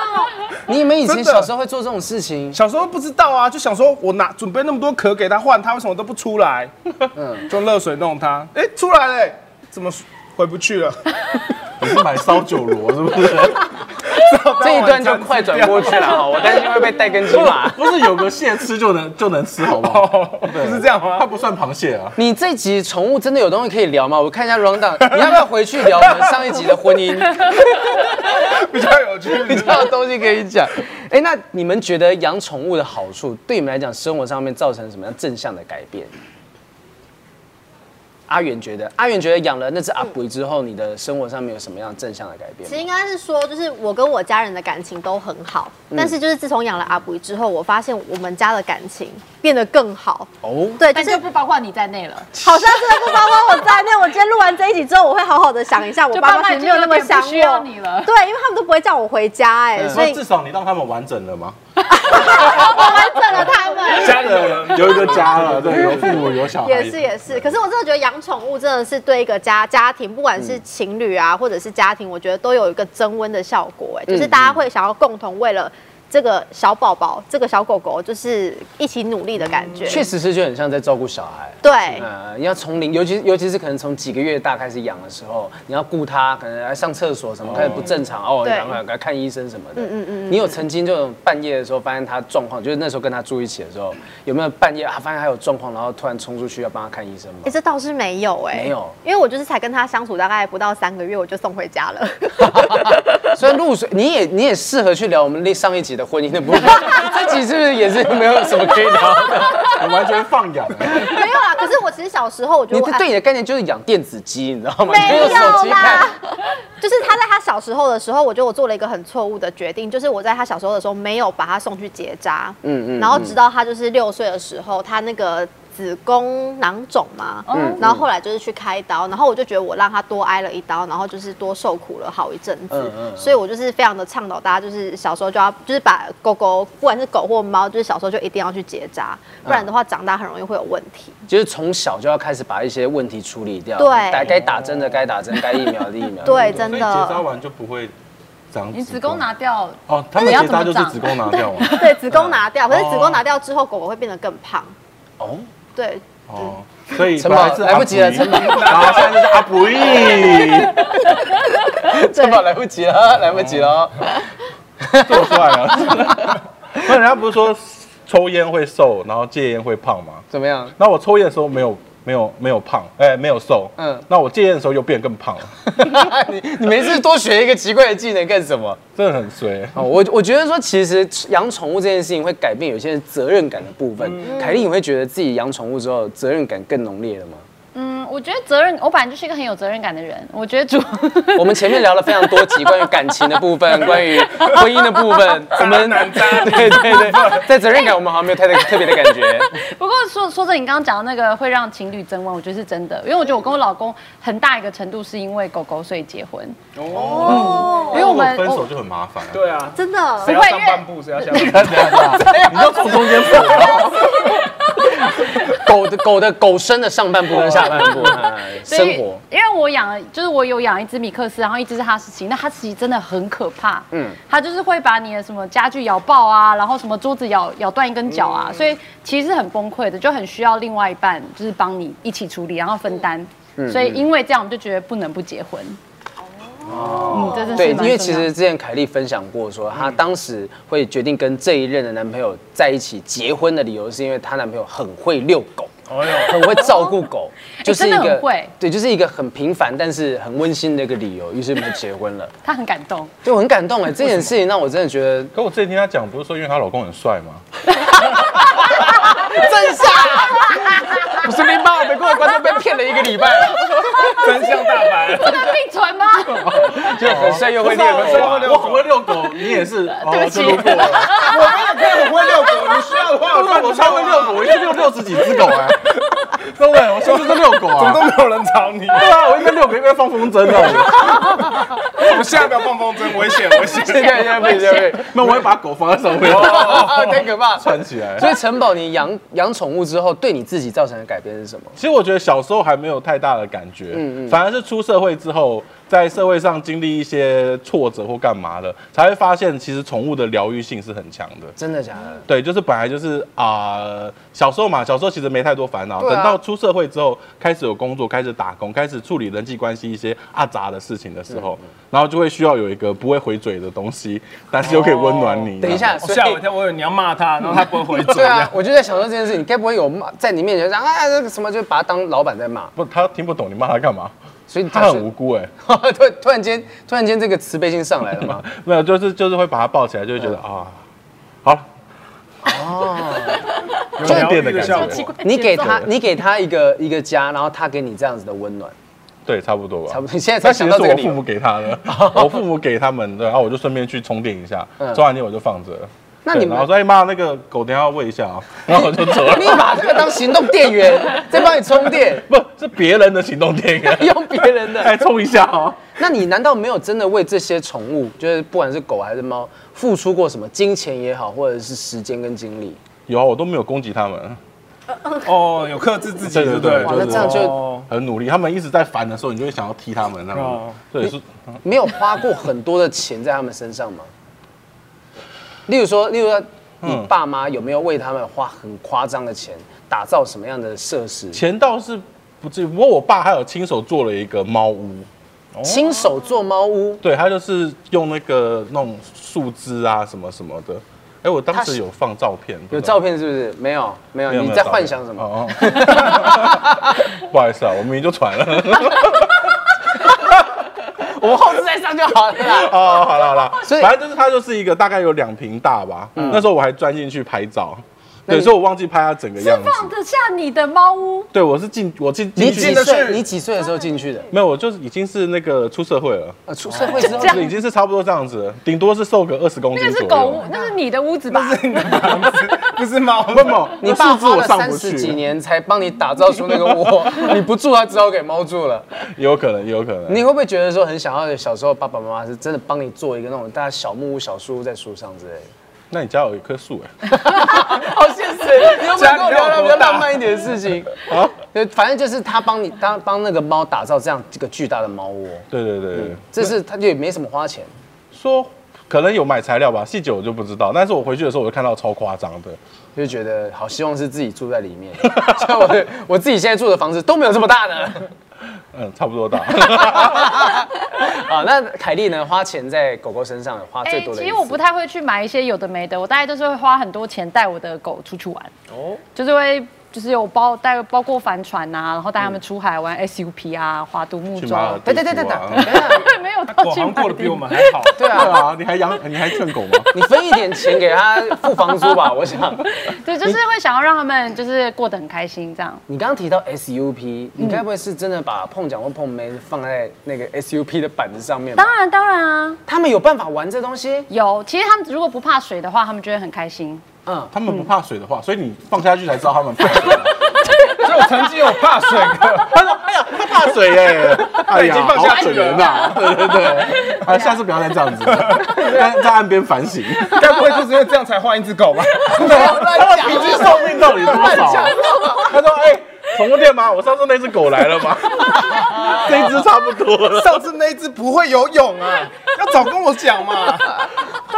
Speaker 1: 你们以前小时候会做这种事情？
Speaker 3: 小时候不知道啊，就想说我拿准备那么多壳给它换，它为什么都不出来？嗯， 就用热水弄它，哎、出来了、怎么回不去了？
Speaker 2: 你是买烧酒螺是不是？
Speaker 1: 这一段就快转过去了，好，我担心会被带根筋马。
Speaker 2: 不是有个蟹吃就能就能吃好不好？不
Speaker 3: 哦不是这样 吗
Speaker 2: 它不算螃蟹啊。
Speaker 1: 你这集宠物真的有东西可以聊吗？我看一下 round down，你要不要回去聊我们上一集的婚 姻？
Speaker 3: 比较有趣。
Speaker 1: 比较有东西可以讲。哎、那你们觉得养宠物的好处，对你们来讲，生活上面造成什么样正向的改变？阿远觉得，阿远觉得养了那只阿鬼之后，你的生活上面有什么样正向的改变
Speaker 4: 其实
Speaker 1: 吗？
Speaker 4: 应该是说，就是我跟我家人的感情都很好，
Speaker 2: 嗯
Speaker 4: 但是就是自从养了阿布之后，我发现我们家的感情变得更好。
Speaker 1: 哦，
Speaker 4: 对，就
Speaker 5: 但
Speaker 4: 是
Speaker 5: 就不包括你在内了，
Speaker 4: 好像真的不包括我在内。我今天录完这一集之后，我会好好的想一下，我
Speaker 5: 就
Speaker 4: 爸
Speaker 5: 爸
Speaker 4: 妈
Speaker 5: 妈
Speaker 4: 其
Speaker 5: 已
Speaker 4: 实
Speaker 5: 经
Speaker 4: 没有那么
Speaker 5: 有点
Speaker 4: 想
Speaker 5: 不需要
Speaker 4: 我。
Speaker 5: 你了。
Speaker 4: 对，因为他们都不会叫我回家，哎，所以
Speaker 2: 至少你让他们完整了嘛，
Speaker 4: 完整了他们。
Speaker 3: 家里有人
Speaker 2: 有一个家了，对，有父母有小孩，
Speaker 4: 也是也是，可是我真的觉得养宠物真的是对一个家家庭，不管是
Speaker 1: 嗯
Speaker 4: 情侣啊，或者是家庭，我觉得都有一个增温的效果、
Speaker 1: 嗯
Speaker 4: 哎，就是大家会想要共同为了这个小宝宝、这个小狗狗，就是一起努力的感觉。
Speaker 1: 嗯确实是就很像在照顾小孩。
Speaker 4: 对，
Speaker 1: 呃，你要从零，尤其尤其是可能从几个月大开始养的时候，你要顾它，可能来上厕所什么开始不正常哦，
Speaker 4: 对
Speaker 1: 然后来看医生什么的。嗯嗯嗯。你有曾经这种半夜的时候发现它状况，就是那时候跟它住一起的时候，有没有半夜啊发现它有状况，然后突然冲出去要帮它看医生 吗
Speaker 4: 哎、？这倒是没有哎、
Speaker 1: 没有
Speaker 4: 因为我就是才跟他相处大概不到三个月，我就送回家了。
Speaker 1: 所以露水，你也你也适合去聊我们上一集的婚姻的部分， 这集是不是也是没有什么 可以聊的？
Speaker 2: 我完全放 养了。
Speaker 4: 没有啦，可是我其实小时候我觉
Speaker 1: 你
Speaker 4: 得
Speaker 1: 的
Speaker 4: 我
Speaker 1: 对你的概念就是养电子鸡，你知道吗？你
Speaker 4: 没
Speaker 1: 就
Speaker 4: 有
Speaker 1: 用手机看
Speaker 4: 啦。， 就是他在他小时候的时候，我觉得我做了一个很错误的决定，就是我在他小时候的时候没有把他送去结扎，嗯嗯，然后直到他就是六岁的时候，他那个子宫囊肿嘛，嗯，然后后来就是去开刀，然后我就觉得我让他多挨了一刀，然后就是多受苦了好一阵子，
Speaker 1: 嗯嗯嗯
Speaker 4: 所以我就是非常的倡导大家，就是小时候就要就是把狗狗，不管是狗或猫，就是小时候就一定要去结扎，不然的话长大很容易会有问题。
Speaker 1: 就是从小就要开始把一些问题处理掉，
Speaker 4: 对
Speaker 1: 打该打针的该打针，该疫苗的疫苗。
Speaker 4: 对，真
Speaker 2: 所以结扎
Speaker 4: 的，
Speaker 2: 完就不会长。
Speaker 5: 你子宫拿掉，
Speaker 2: 哦，他们结扎就是子宫拿掉嘛。啊
Speaker 4: 对子
Speaker 3: 嗯
Speaker 4: 宫拿掉，可是
Speaker 2: 哦
Speaker 4: 子宫拿掉之后，狗狗会变得更胖。
Speaker 1: 哦，
Speaker 4: 对，
Speaker 2: 哦，所以
Speaker 1: 城堡
Speaker 2: 本是阿
Speaker 1: 来不及了
Speaker 2: 布依
Speaker 1: 城堡
Speaker 2: 然后现在是阿布义，
Speaker 1: 这把来不及了， 来不及了。
Speaker 2: 做出来 了。那人家不是说抽烟会瘦，然后戒烟会胖吗？
Speaker 1: 怎么 样？
Speaker 2: 那我抽烟的时候没有没有没有胖，哎、没有瘦，
Speaker 1: 嗯
Speaker 2: 嗯，那我戒烟的时候又变更胖了，
Speaker 1: 你你没事多学一个奇怪的技能干什么？
Speaker 2: 真的很衰。
Speaker 1: 哦，我我觉得说，其实养宠物这件事情会改变有些
Speaker 4: 嗯
Speaker 1: 人责任感的部分。凯莉，你会觉得自己养宠物之后责任感更浓烈了吗？
Speaker 5: 嗯，我觉得责任，我本来就是一个很有责任感的人。我觉得主，
Speaker 1: 我们前面聊了非常多集关于感情的部分，关 于婚姻的部分，我们 对对对，在责任感我们好像没有太特特别的感觉。
Speaker 5: 不过说说着你刚刚讲的那个会让情侣增温，我觉得是真的，因为我觉得我跟我老公很大一个程度是因为狗狗所以结婚，
Speaker 4: 哦，
Speaker 5: 因为我们
Speaker 2: 分手
Speaker 5: 我
Speaker 2: 就很麻烦啊。
Speaker 3: 对啊，
Speaker 4: 真
Speaker 3: 谁
Speaker 4: 的，
Speaker 3: 要上半部，谁要 下 半部？
Speaker 2: 你就从中间分。
Speaker 1: 狗的狗的狗生的上半部跟下半部，哎
Speaker 5: 所以
Speaker 1: 生活。
Speaker 5: 因为我养了，就是我有养一只米克斯，然后一只是哈士奇，那哈士奇真的很可怕，嗯，它就是会把你的什么家具咬爆啊，然后什么桌子咬咬断一根脚啊，所以其实是很崩溃的，就很需要另外一半就是帮你一起处理，然后分担。所以因为这样，我们就觉得不能不结婚。哦，嗯，这真是
Speaker 1: 对，
Speaker 5: 蛮
Speaker 1: 因为
Speaker 5: 重
Speaker 1: 其
Speaker 5: 要
Speaker 1: 实之前凯莉分享过说，她当时会决定跟这一任的男朋友在一起结婚的理由，是因为她男朋友很会遛狗，很会照顾狗，就是一
Speaker 5: 哦哎真的
Speaker 1: 个
Speaker 5: 很会
Speaker 1: 对，就是一个很平凡但是很温馨的一个理由，于是我们就结婚了，
Speaker 5: 他很感动。
Speaker 1: 就很感动哎，这件事情让我真的觉得
Speaker 2: 可我之前听她讲，不是说因为她老公很帅吗？
Speaker 1: 真 傻，我身边帮我们各位观众被骗了一个礼拜了，
Speaker 3: 真相大白，
Speaker 5: 这个并存吗？
Speaker 1: 就 很帅又会
Speaker 2: 不
Speaker 1: 遛
Speaker 2: 是啊我
Speaker 1: 狗啊。
Speaker 2: 我很会遛狗，你也 是。
Speaker 5: 对
Speaker 2: 哦，
Speaker 5: 不起
Speaker 2: 就路过了。
Speaker 3: 我们也可以很会遛狗，你需要的话，
Speaker 2: 不是我超会遛狗，我一天遛六十几只狗 哎。真的，我就是遛狗
Speaker 3: 怎么
Speaker 2: 啊。
Speaker 3: 都没有人找你？
Speaker 2: 对啊，我一边遛狗一边放风筝啊。
Speaker 3: 我们下一秒放风筝，危险危险！
Speaker 1: 现在现在被现在被，
Speaker 2: 那我会把狗放在上 面，
Speaker 1: 啊太可怕了。
Speaker 2: 穿起 来。
Speaker 1: 所以城堡，你养养宠物之后，对你自己造成的改变是什么？
Speaker 2: 其实我觉得小时候还没有太大的感觉，反而是出社会之后，在社会上经历一些挫折或干嘛的，才会发现其实宠物的疗愈性是很强的。
Speaker 1: 真的假的？
Speaker 2: 对，就是本来就是啊、小时候嘛，小时候其实没太多烦恼。
Speaker 1: 对啊
Speaker 2: 等到出社会之后，开始有工作，开始打工，开始处理人际关系一些阿杂的事情的时候，
Speaker 1: 嗯
Speaker 2: 然后就会需要有一个不会回嘴的东西，但是又可以温暖你。
Speaker 1: 哦等一下，
Speaker 3: 我
Speaker 1: 所以
Speaker 3: 吓我一跳，我以为你要骂他，然后他不会回嘴。
Speaker 1: 对啊，我就在想说这件事，你该不会有骂在你面前讲啊这个什么，就把他当老板在骂，
Speaker 2: 不，他听不懂你骂他干嘛？
Speaker 1: 所以你
Speaker 2: 他很无辜哎、
Speaker 1: 突然突然间突然间这个慈悲心上来了 嘛？
Speaker 2: 没有，就是就是会把他抱起来，就会觉得
Speaker 1: 嗯
Speaker 2: 啊，好了，
Speaker 1: 哦
Speaker 3: 有
Speaker 2: 重
Speaker 3: 疗愈
Speaker 2: 点的感
Speaker 3: 效
Speaker 2: 觉
Speaker 3: 果。
Speaker 1: 你给
Speaker 2: 啊
Speaker 1: 他你给他一个一个家，然后他给你这样子的温暖，
Speaker 2: 对，差不多吧，
Speaker 1: 差不多。你现在才
Speaker 2: 那其
Speaker 1: 想
Speaker 2: 实
Speaker 1: 到
Speaker 2: 是
Speaker 1: 这个
Speaker 2: 我
Speaker 1: 理
Speaker 2: 父
Speaker 1: 由
Speaker 2: 母，给他 的，我父母给他们的，然后我就顺便去充电一下，充完电我就放着。
Speaker 1: 嗯那
Speaker 2: 对
Speaker 1: 你
Speaker 2: 然
Speaker 1: 们
Speaker 2: 后说哎妈，那个狗等一下要喂一下 啊，然后我就走了。
Speaker 1: 立马这个当行动电源在帮你充 电，
Speaker 2: 不是别人的行动电源，
Speaker 1: 用别人的。
Speaker 2: 来充一下哦。
Speaker 1: 那你难道没有真的为这些宠物，就是不管是狗还是猫，付出过什么金钱也好，或者是时间跟精力？
Speaker 2: 有啊，我都没有攻击他们，
Speaker 3: 哦，有克制自己，对不对？
Speaker 1: 哇，那这样就
Speaker 3: 哦
Speaker 2: 很努力。他们一直在烦的时候，你就会想要踢他们，那样
Speaker 3: 哦
Speaker 2: 子。对，是
Speaker 1: 没有花过很多的钱在他们身上吗？例如说，例如说，
Speaker 2: 嗯
Speaker 1: 你爸妈有没有为他们花很夸张的钱，打造什么样的设施？
Speaker 2: 钱倒是不至于。不过我爸还有亲手做了一个猫屋，
Speaker 1: 亲手做猫屋，
Speaker 2: 对他就是用那个那种树枝啊什么什么的。哎，我当时有放照片，
Speaker 1: 有
Speaker 2: 不知道
Speaker 1: 照片是不是？没有，没有，
Speaker 2: 没有
Speaker 1: 你
Speaker 2: 没有
Speaker 1: 在
Speaker 2: 照
Speaker 1: 幻
Speaker 2: 片
Speaker 1: 想什么？
Speaker 2: 哦 哦不好意思啊，我明明就传了。
Speaker 1: 我们后置
Speaker 2: 嗯
Speaker 1: 再上就好了啦。
Speaker 2: 哦，好了好 了，
Speaker 1: 所以嗯
Speaker 2: 反正就是它就是一个大概有两平大吧。那时候我还钻进去拍照，
Speaker 1: 那你
Speaker 2: 对，所以我忘记拍它整个
Speaker 5: 是
Speaker 2: 样
Speaker 5: 放
Speaker 2: 子。
Speaker 5: 得下你的猫屋，
Speaker 2: 对，我是进我进
Speaker 1: 你
Speaker 2: 进
Speaker 1: 几
Speaker 2: 去
Speaker 3: 得去
Speaker 1: 岁？你几岁的时候进去的？
Speaker 2: 没有，我就是已经是那个出社会了，
Speaker 1: 呃，出社会之后
Speaker 5: 这样
Speaker 2: 已经是差不多这样子了，顶多是瘦个二十公
Speaker 5: 那
Speaker 2: 斤
Speaker 5: 个
Speaker 2: 左
Speaker 5: 是
Speaker 2: 右。
Speaker 5: 狗屋，那是你的屋子吧？
Speaker 3: 不是猫，
Speaker 2: 不不，
Speaker 1: 你爸
Speaker 2: 数字
Speaker 1: 花
Speaker 2: 我
Speaker 1: 了
Speaker 2: 上
Speaker 1: 三
Speaker 2: 不
Speaker 1: 十几
Speaker 2: 去，
Speaker 1: 年才帮你打造出那个窝，你不住它只好给猫住了。
Speaker 2: 也有可能，也有可能。
Speaker 1: 你会不会觉得说很想要小时候爸爸妈妈是真的帮你做一个那种大家小木屋、小树屋在树上之类的？
Speaker 2: 那你家有一棵树
Speaker 1: 嗯
Speaker 2: 哎，
Speaker 1: 好现实，你有没有跟我聊聊比较浪漫一点的事情？啊，对，反正就是他帮你他帮那个猫打造这样一个巨大的猫窝，
Speaker 2: 对对对对，
Speaker 1: 这是他也没什么花钱，
Speaker 2: 说可能有买材料吧，细节我就不知道。但是我回去的时候，我就看到超夸张的，
Speaker 1: 就觉得好希望是自己住在里面。像我的我自己现在住的房子都没有这么大 呢。
Speaker 2: 嗯，差不 多大。
Speaker 1: 啊，那凯莉呢？花钱在狗狗身上有花啊最多的一次、
Speaker 5: 哎其实我不太会去买一些有的没的，我大概就是会花很多钱带我的狗出去玩。哦，就是会就是有包带包过帆船啊，然后带他
Speaker 1: 嗯
Speaker 5: 们出海玩 SUP 啊、划独木
Speaker 2: 去
Speaker 5: 舟
Speaker 2: 马
Speaker 5: 啊
Speaker 2: 尔，
Speaker 1: 对对对对对
Speaker 2: 地图啊
Speaker 5: 没有
Speaker 3: 他
Speaker 5: 到
Speaker 3: 国
Speaker 5: 去
Speaker 3: 行
Speaker 5: 马
Speaker 3: 过
Speaker 5: 尔
Speaker 3: 得
Speaker 5: 地
Speaker 3: 比我
Speaker 5: 夫
Speaker 3: 们还好。
Speaker 1: 对
Speaker 2: 对
Speaker 1: 啊，
Speaker 2: 啊，你还养你还劝狗吗？
Speaker 1: 你分一点钱给他付房租吧，我想。
Speaker 5: 对，就是会想要让他们就是过得很开心这样。
Speaker 1: 你刚刚提到 SUP，你该不会是真的把碰奖或碰妹放在那个 SUP 的板子上面吧？
Speaker 5: 当然当然啊，
Speaker 1: 他们有办法玩这东西？
Speaker 5: 有。其实他们如果不怕水的话，他们就会很开心。
Speaker 2: 他们不怕水的话，所以你放下去才知道他们怕水。
Speaker 3: 所以我曾经有怕水过，
Speaker 2: 他说：“哎呀， 他怕水 耶！哎
Speaker 3: 已
Speaker 2: 呀，
Speaker 3: 经放
Speaker 2: 好
Speaker 3: 下去
Speaker 2: 准人呐！对对对，啊，下次不要再这样子， 在在岸边反省。
Speaker 3: 该不会就是因为这样才换一只狗吧？
Speaker 2: 他的平均寿命到底多少？啊他说：哎，宠物店吗？我上次那只狗来了吗？ 这一只差不多了。
Speaker 3: 上次那一只不会游 泳啊，要早跟我讲嘛。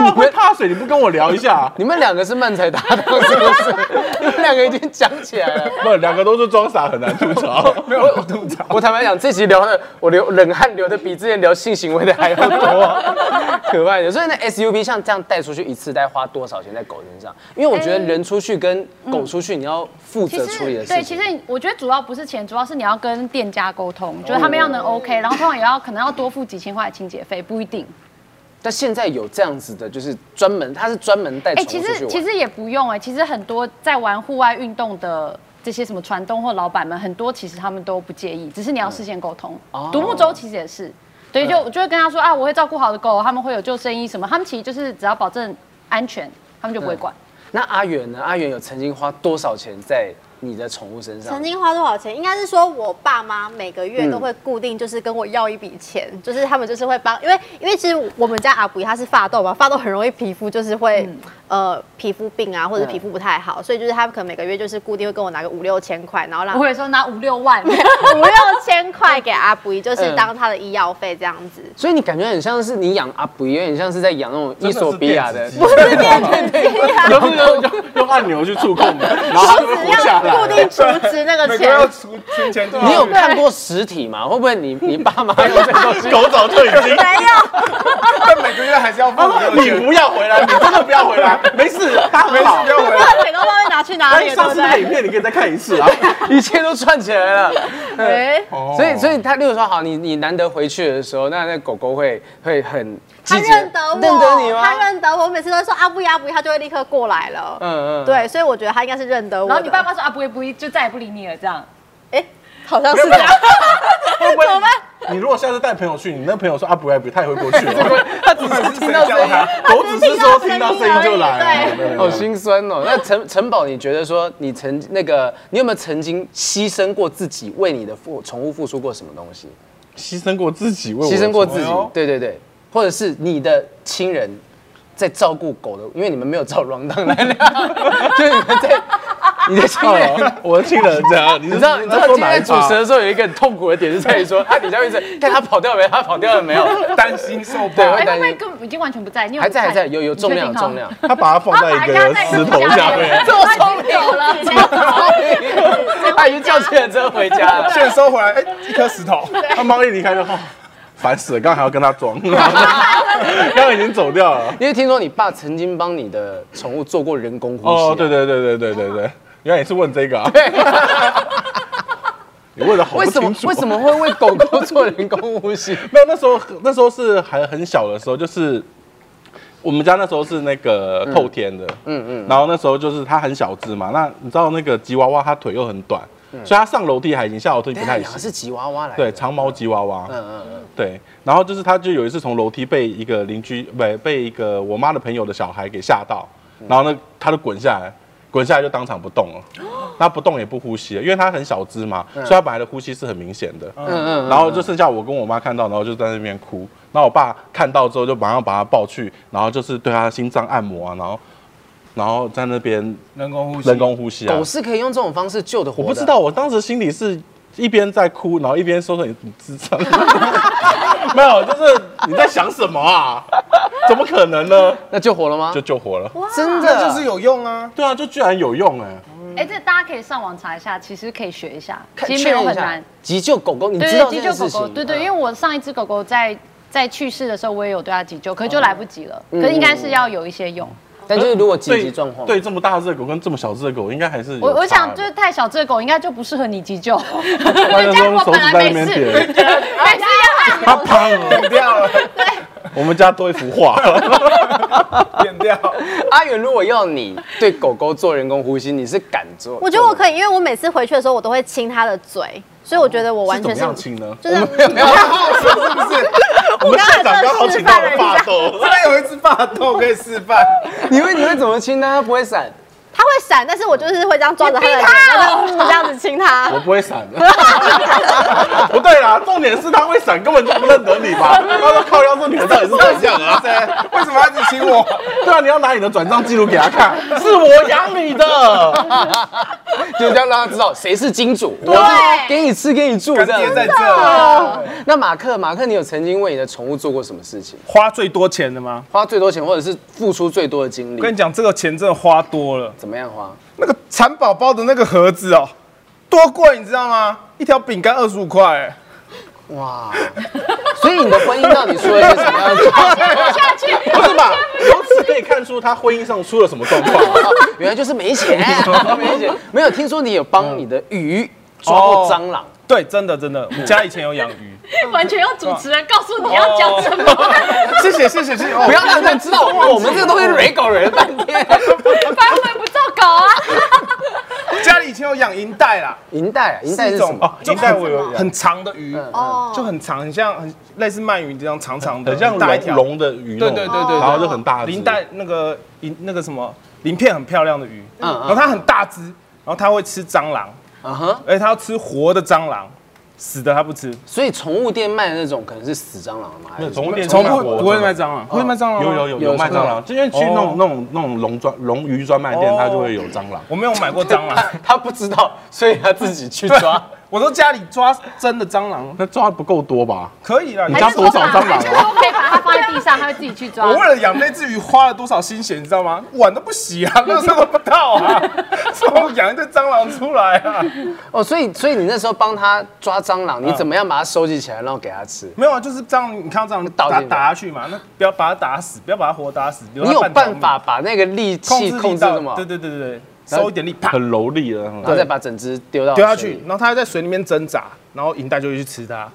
Speaker 2: 你啊会怕水，你不跟我聊一下？
Speaker 1: 你们两个是漫才搭档是不是？你们两个已经讲起来了。
Speaker 2: 不，两个都是装傻，很难吐槽。
Speaker 3: 没有我吐槽，
Speaker 1: 我坦白讲，这集聊的我流冷汗流的比之前聊性行为的还要多、啊， 可怕一点。所以呢，SUP 像这样带出去一次，大概花多少钱在狗身上？因为我觉得人出去跟狗出去，你要负
Speaker 5: 嗯其
Speaker 1: 责处理的
Speaker 5: 实
Speaker 1: 事情。
Speaker 5: 对，其实我觉得主要不是钱，主要是你要跟店家沟通，就是他
Speaker 1: 哦
Speaker 5: 们要能 OK，然后通常也要可能要多付几千块的清洁费，不一定。
Speaker 1: 但现在有这样子的，就是专门，他是专门带宠
Speaker 5: 哎、
Speaker 1: 物出
Speaker 5: 其
Speaker 1: 去玩。
Speaker 5: 实其实也不用哎、其实很多在玩户外运动的这些什么船东或老板们，很多其实他们都不介意，只是你
Speaker 1: 嗯
Speaker 5: 要事先沟通。
Speaker 1: 哦
Speaker 5: 独木舟其实也是，对，就我就会跟他说啊，我会照顾好的狗，他们会有救生衣什么，他们其实就是只要保证安全，他们就不
Speaker 1: 嗯
Speaker 5: 会管。
Speaker 1: 那阿远呢？阿远有曾经花多少钱在你的宠物身上？
Speaker 4: 曾经花多少钱？应该是说我爸妈每个
Speaker 3: 嗯
Speaker 4: 月都会固定，就是跟我要一笔钱，就是他们就是会帮，因为因为其实我们家阿布他是发痘嘛，发痘很容易皮肤就是会、呃皮肤病啊，或
Speaker 3: 嗯
Speaker 4: 者皮肤不太好，所以就是他可能每个月就是固定会跟我拿个五六千块，然后让
Speaker 5: 啊我会说拿五六 万，
Speaker 1: 啊
Speaker 4: 五六千块给阿布，
Speaker 3: 嗯
Speaker 4: 就是当他的医药费这样子。
Speaker 1: 所以你感觉很像是你养阿布，有点像是在养那种伊索比亚的
Speaker 2: 真的是电子鸡啊不
Speaker 1: 是电
Speaker 2: 就是用用用按钮去触控， 然后它就会活
Speaker 4: 要
Speaker 2: 下来。
Speaker 4: 固定储值那个
Speaker 3: 哦每个要
Speaker 4: 钱，
Speaker 3: 出存钱进去。
Speaker 1: 你有看过实体吗？会不会你 你爸妈用这东西？
Speaker 2: 狗早就已经。
Speaker 4: 没有，
Speaker 3: 但每个月还是要付五六
Speaker 2: 你
Speaker 3: 千，
Speaker 2: 不要回来，你真的不要回来，没事，他
Speaker 3: 没
Speaker 2: 很
Speaker 3: 事
Speaker 2: 好
Speaker 3: 不。 要回来。
Speaker 4: 那每个方面拿去哪
Speaker 2: 但
Speaker 4: 里
Speaker 2: 是
Speaker 4: 了，对
Speaker 2: 上
Speaker 4: 不
Speaker 2: 次那
Speaker 4: 对？
Speaker 2: 影片你可以再看一次啊。
Speaker 1: 一切都串起来 了。
Speaker 4: 哎
Speaker 2: 哦
Speaker 3: 哦
Speaker 1: 所以所以他，例如说，好，你你难得回去的时候，那那狗狗会会很
Speaker 4: 他
Speaker 1: 积极地
Speaker 4: 认得我，
Speaker 1: 认得你吗？
Speaker 4: 他认得我，每次都说啊阿布阿布，他就会立刻过来了。
Speaker 1: 嗯嗯，
Speaker 4: 对，所以我觉得他应该是认得我的。
Speaker 5: 然后你爸妈说啊不会不会，就再也不理你了这样。
Speaker 4: 哎，好像是这样。
Speaker 2: 会不会？你如果下次带朋友去，你那朋友说啊不会不会，他也会过去了。
Speaker 1: 他只是听到声音，
Speaker 2: 狗只是说听到声音就来了。对
Speaker 1: 好心酸哦。那陈陈宝，你觉得说你曾那个，你有没有曾经牺牲过自己，为你的付宠物付出过什么东西？
Speaker 2: 牺牲过自己，为我
Speaker 1: 牺牲过自己
Speaker 2: 的宠物，
Speaker 1: 对对对，或者是你的亲人在照顾狗的，因为你们没有照 round down 来聊，就是你们在你的亲人。
Speaker 2: 哦我的亲人这样，你
Speaker 1: 你
Speaker 2: 是
Speaker 1: 知道，你知道今
Speaker 2: 哪一
Speaker 1: 天主持
Speaker 2: 趴
Speaker 1: 的时候有一个很痛苦的点是在于 说，他底下会一直看他跑掉没，他跑掉了没有，
Speaker 3: 担心受
Speaker 1: 对，
Speaker 3: 怕，
Speaker 5: 哎，
Speaker 1: 会
Speaker 5: 会
Speaker 1: 担
Speaker 5: 不会
Speaker 1: 心。
Speaker 5: 根本已经完全不在？你有 Oh
Speaker 1: 还在还在，有有重量有重量。。
Speaker 2: 他把它放在一个石头下
Speaker 1: 欸
Speaker 2: 面，
Speaker 5: 这么聪明了，
Speaker 1: 他已经叫计程车回家了。
Speaker 3: 现收回来，哎，一颗石头。
Speaker 2: 他猫一离开就哦烦死了，刚刚还要跟他 装，刚刚已经走掉了。
Speaker 1: 因为听说你爸曾经帮你的宠物做过人工呼吸、啊
Speaker 2: 哦，对
Speaker 1: 对。
Speaker 2: 对对对对对对，原来你是问这个啊？对，你问的好不
Speaker 1: 为什么
Speaker 2: 清楚。
Speaker 1: 为什么？会为狗狗做人工呼 吸？
Speaker 2: 没有，那时候那时候是还很小的时候，就是我们家那时候是那个透天的，嗯嗯，然后那时候就是它很小只嘛，那你知道那个吉娃娃它腿又很短，所以它上楼梯还行，下楼梯不
Speaker 1: 等一下
Speaker 2: 太
Speaker 1: 养的是
Speaker 2: 行。
Speaker 1: 吉娃娃来的。
Speaker 2: 对，长毛吉娃娃，
Speaker 1: 嗯嗯嗯。
Speaker 2: 对，然后就是他就有一次从楼梯被一个邻居，不被一个我妈的朋友的小孩给吓到，然后呢他就滚下来，滚下来就当场不动
Speaker 3: 哦
Speaker 2: 了，他不动也不呼吸了，因为他很小只嘛，
Speaker 3: 嗯
Speaker 2: 所以他本来的呼吸是很明显的，嗯嗯，然后就剩下我跟我妈看到，然后就在那边哭，然后我爸看到之后就马上把他抱去，然后就是对他心脏按摩啊，然后然后在那边
Speaker 3: 人工呼吸，
Speaker 2: 人工呼吸啊，
Speaker 1: 狗是可以用这种方式救的活的。
Speaker 2: 我不知道，我当时心里是一边在哭，然后一边说说你你智 障，没有，就是你在想什么啊？怎么可能呢？
Speaker 1: 那救活了吗
Speaker 2: 就？救活了。
Speaker 1: 真的
Speaker 3: 那就是有用啊。
Speaker 2: 对啊，就居然有用哎！
Speaker 5: 哎，这大家可以上网查一下，其实可以学一下，
Speaker 1: 看
Speaker 5: 其实没有
Speaker 1: 确认
Speaker 5: 很
Speaker 1: 一下
Speaker 5: 难。
Speaker 1: 急救狗狗，你知
Speaker 5: 对
Speaker 1: 道
Speaker 5: 急
Speaker 1: 这
Speaker 5: 救
Speaker 1: 件事
Speaker 5: 狗狗，
Speaker 1: 情？
Speaker 5: 对对，因为
Speaker 1: 为
Speaker 5: 我上一只狗狗在在去世的时候，我也有对它急救，可是就来不及了，可是应该是要有一些用。
Speaker 1: 但就是如果紧急
Speaker 2: 对
Speaker 1: 状况，
Speaker 2: 对这么大只的狗跟这么小只的狗，应该还是有
Speaker 5: 我我
Speaker 2: 差
Speaker 5: 想
Speaker 2: 的
Speaker 5: 就是太小只的狗应该就不适合你急救，
Speaker 2: 关
Speaker 5: 人
Speaker 2: 键是
Speaker 5: 家我
Speaker 2: 手
Speaker 5: 本
Speaker 2: 指
Speaker 5: 来
Speaker 2: 在那
Speaker 5: 没
Speaker 2: 边
Speaker 5: 事，
Speaker 2: 点，
Speaker 5: 每次要按
Speaker 2: 它胖了，
Speaker 3: 掉了，
Speaker 2: 我们家多一幅画。
Speaker 3: 扁掉。
Speaker 1: 阿远，如果要你对狗狗做人工呼吸，你是敢做？
Speaker 4: 我觉得我
Speaker 1: 以。
Speaker 4: 可以，因为我每次回去的时候，我都会亲它的嘴，所以我觉得我完全
Speaker 2: 是
Speaker 4: 是
Speaker 2: 怎么样亲呢
Speaker 4: 就是
Speaker 3: 是不是？
Speaker 2: 我们现场刚好请到
Speaker 4: 示
Speaker 2: 了
Speaker 4: 范了
Speaker 2: 发
Speaker 4: 一下
Speaker 2: 豆，
Speaker 3: 这边有一只霸豆可以示范，
Speaker 1: 你会你会怎么亲呢？它不会 闪，
Speaker 4: 它会闪，但是我就是会这样抓着它的脸，然后这样子亲它。
Speaker 2: 我不会闪的。不对啦，重点是他会闪，根本就不认得你吧？他说靠腰说你们到底是怎样啊？
Speaker 3: 为什么要一直亲我？
Speaker 2: 对啊，你要拿你的转账记录给他看。
Speaker 6: 是我养你的，就这样让他知道谁是金主。
Speaker 1: 我是给你吃给你住这
Speaker 3: 干爹在
Speaker 1: 样。
Speaker 3: 这，啊
Speaker 1: 那马克，马克，你有曾经为你的宠物做过什么事情？
Speaker 3: 花最多钱的吗？
Speaker 1: 花最多钱，或者是付出最多的精
Speaker 3: 我跟
Speaker 1: 力
Speaker 3: 你？讲，这个钱真的花多了。
Speaker 1: 怎么样花？
Speaker 3: 那个蚕宝宝的那个盒子哦，多贵你知道吗？一条饼干二十五块，哎
Speaker 1: 哇！所以你的婚姻到底出了些什么样的状况？
Speaker 2: 不是吧？由此可以看出他婚姻上出了什么状况。
Speaker 1: 哦原来就是没 钱，没钱。没有听说你有帮你的鱼抓过蟑螂，
Speaker 3: 对，真的真的，我们家以前有养鱼。
Speaker 5: 完全要主持人告诉你要讲什么，
Speaker 3: 谢谢谢谢谢谢，哦
Speaker 1: 哎不要让人知道我们这个东西蕊狗蕊了半天。
Speaker 5: 翻回不照稿啊。
Speaker 3: 家里以前有养银带啦，
Speaker 1: 银带，银 带是 什么？嗯
Speaker 2: 哦，银带我有养，
Speaker 3: 很长的鱼，
Speaker 4: 哦，
Speaker 3: 就很长，很像很类似鳗鱼这样长长的，
Speaker 2: 很像
Speaker 3: 很大一条
Speaker 2: 龙。龙的鱼那种，
Speaker 3: 对对对对
Speaker 2: 然后就很大只
Speaker 3: 鳞带那个鳞那个什么鳞片很漂亮的鱼，
Speaker 1: 嗯嗯
Speaker 3: 然后它很大只，然后它会吃蟑螂，
Speaker 1: 啊哈。
Speaker 3: 而且它要吃活的蟑螂，死的它不吃。
Speaker 1: 所以宠物店卖的那种可能是死蟑螂吗？还
Speaker 2: 那
Speaker 1: 是
Speaker 2: 宠物店
Speaker 3: 从
Speaker 2: 卖
Speaker 3: 不
Speaker 2: 过
Speaker 3: 不会卖蟑螂，会卖蟑螂吗哦
Speaker 2: 有有有有卖蟑螂，就因为去那种那种那种龙专龙鱼专卖
Speaker 3: 哦
Speaker 2: 店，它就会有蟑螂。
Speaker 3: 我没有买过蟑螂，
Speaker 1: 他不知道，所以他自己去
Speaker 3: 对
Speaker 1: 抓。，
Speaker 3: 我都家里抓真的蟑螂，
Speaker 2: 那抓不够多吧？
Speaker 3: 可以啦。
Speaker 2: 你家多少蟑螂
Speaker 5: 就是
Speaker 2: 啊？
Speaker 5: 我可以把它放在地上，它会自己去抓
Speaker 3: 哦我。为了养那只鱼花了多少心血，你知道吗？碗都不洗啊，垃圾都不倒 啊，最后养一堆蟑螂出来啊。
Speaker 1: 哦，所以所以你那时候帮他抓蟑螂，你怎么样把它收集起来，然后给他吃？
Speaker 3: 没有啊，就是蟑螂，你看到蟑螂
Speaker 1: 倒进
Speaker 3: 打
Speaker 1: 去
Speaker 3: 打下去嘛，那不要把它打死，不要把它活打死。留它
Speaker 1: 你有
Speaker 3: 半条
Speaker 1: 办
Speaker 3: 命
Speaker 1: 法把那个力气控
Speaker 3: 控
Speaker 1: 制
Speaker 3: 制力
Speaker 1: 那
Speaker 3: 道？
Speaker 1: 么，
Speaker 3: 对对对对对，收一点力，啪
Speaker 2: 很柔利的。
Speaker 1: 然后再把整只丢到
Speaker 3: 丢下
Speaker 1: 水里
Speaker 3: 去，然后它还在水里面挣扎，然后银带就会去吃它。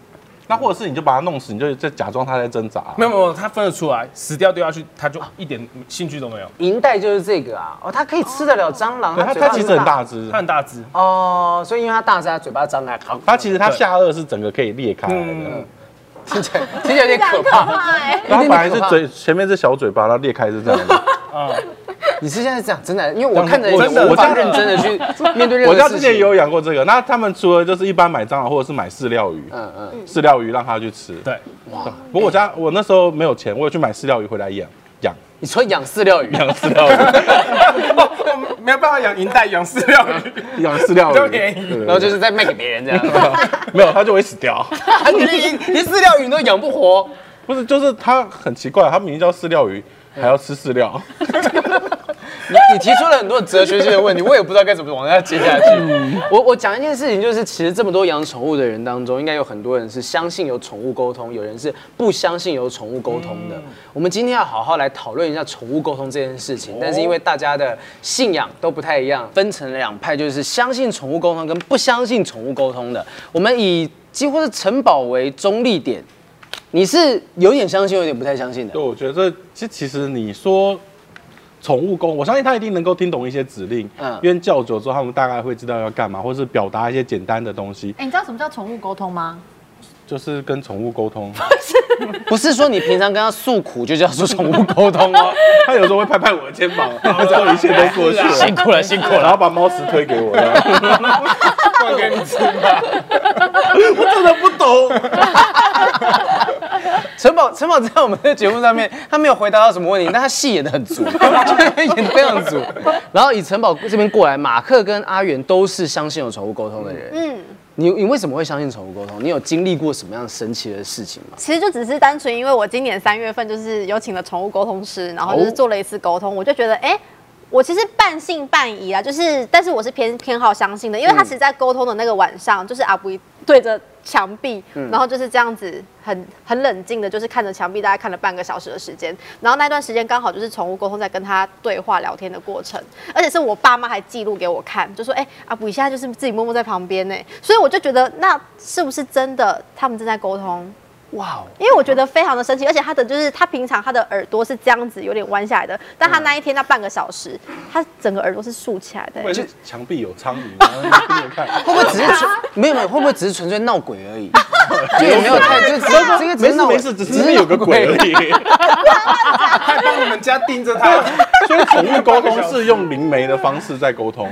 Speaker 2: 那或者是你就把它弄死，你就再假装它在挣扎。
Speaker 3: 没有没有，它分得出来，死掉丢下去，它就一点兴趣都没有。
Speaker 1: 银带就是这个啊，哦，它可以吃得了蟑螂，
Speaker 2: 对，它
Speaker 1: 嘴巴
Speaker 2: 它其实很大只
Speaker 3: 它，很大只，
Speaker 1: 哦，所以因为它大，所以它嘴巴张开， 好，
Speaker 2: 它其实它下颚是整个可以裂开的
Speaker 3: 嗯。
Speaker 1: 听起来听起来有点 可怕。
Speaker 4: 哎，
Speaker 2: 然后本来是嘴前面是小嘴巴，然后裂开是这样 的。
Speaker 1: 你是现在是这样，真的，因为我看着
Speaker 2: 我
Speaker 1: 你
Speaker 2: 我
Speaker 1: 无法
Speaker 2: 我
Speaker 1: 认真的去面对任
Speaker 2: 我
Speaker 1: 何
Speaker 2: 家
Speaker 1: 事
Speaker 2: 之前也
Speaker 1: 情。
Speaker 2: 有养过这个。那他们除了就是一般买蟑螂，或者是买饲料鱼，
Speaker 1: 嗯嗯，
Speaker 2: 饲料鱼让它去吃。
Speaker 3: 对，
Speaker 2: 不过我家我那时候没有钱，我有去买饲料鱼回来养 养
Speaker 1: 你说养饲料 鱼，
Speaker 2: 养饲料
Speaker 3: 我 没有办法养银带，养饲料鱼。
Speaker 2: 鱼，养饲料鱼，
Speaker 3: 比较便宜
Speaker 2: 对对对
Speaker 1: 然后就是再卖给别人这样。 啊
Speaker 2: 没有，它就会死掉。
Speaker 1: 你连饲料鱼你都养不活，
Speaker 2: 不是，就是它很奇怪，它明明叫饲料鱼，还要吃饲料。
Speaker 1: 你 你提出了很多哲学性的问题，我也不知道该怎么往下接下去。我我讲一件事情，就是其实这么多养宠物的人当中，应该有很多人是相信有宠物沟通，有人是不相信有宠物沟通的。我们今天要好好来讨论一下宠物沟通这件事情，但是因为大家的信仰都不太一样，分成了两派，就是相信宠物沟通跟不相信宠物沟通的。我们以几乎是城堡为中立点，你是有点相信，有点不太相信的
Speaker 2: 对，。我觉得其实其实你说宠物公，我相信它一定能够听懂一些指令，
Speaker 1: 嗯
Speaker 2: 因为叫久之后，他们大概会知道要干嘛，或是表达一些简单的东西，
Speaker 5: 哎，你知道什么叫宠物沟通吗？
Speaker 2: 就是跟宠物沟 通。
Speaker 1: 不是说你平常跟他诉苦就叫做宠物沟通哦。
Speaker 2: 啊它有时候会拍拍我的肩膀，然后说一切都过去了，
Speaker 1: 苦了，辛苦
Speaker 2: 然。后把猫食推给我，这样
Speaker 3: 换给你吃吧。
Speaker 2: 我真的不懂。
Speaker 1: 陈宝，陈宝在我们的节目上面，他没有回答到什么问题，但他戏演的很足， 演的非常足。然后以陈宝这边过来，马克跟阿元都是相信有宠物沟通的人。嗯，你你为什么会相信宠物沟通？你有经历过什么样神奇的事情吗？
Speaker 4: 其实就只是单纯因为我今年三月份就是有请了宠物沟通师，然后就是做了一次沟通，我就觉得哎。诶我其实半信半疑啊，就是，但是我是偏偏好相信的，因为他其实在沟通的那个晚上，就是阿布对着墙壁，然后就是这样子很很冷静的，就是看着墙壁，大概看了半个小时的时间。然后那段时间刚好就是宠物沟通在跟他对话聊天的过程，而且是我爸妈还记录给我看，就说：“哎、阿布，你现在就是自己默默在旁边呢。”所以我就觉得，那是不是真的他们正在沟通？
Speaker 1: 哇哦，
Speaker 4: 因为我觉得非常的神奇，而且他的就是他平常他的耳朵是这样子有点弯下来的，但
Speaker 1: 嗯
Speaker 4: 他那一天那半个小时，他整个耳朵是竖起来的、
Speaker 2: 而且墙壁有 苍蝇，然后你盯着看，
Speaker 1: 会不会只是纯 没有没有？会不会只是纯粹闹鬼而已？就也没有太就只是这个
Speaker 2: 没事没事，只是那边有个鬼而已。
Speaker 3: 还帮你们家盯着他，
Speaker 2: 所以宠物沟通是用灵媒的方式在沟通，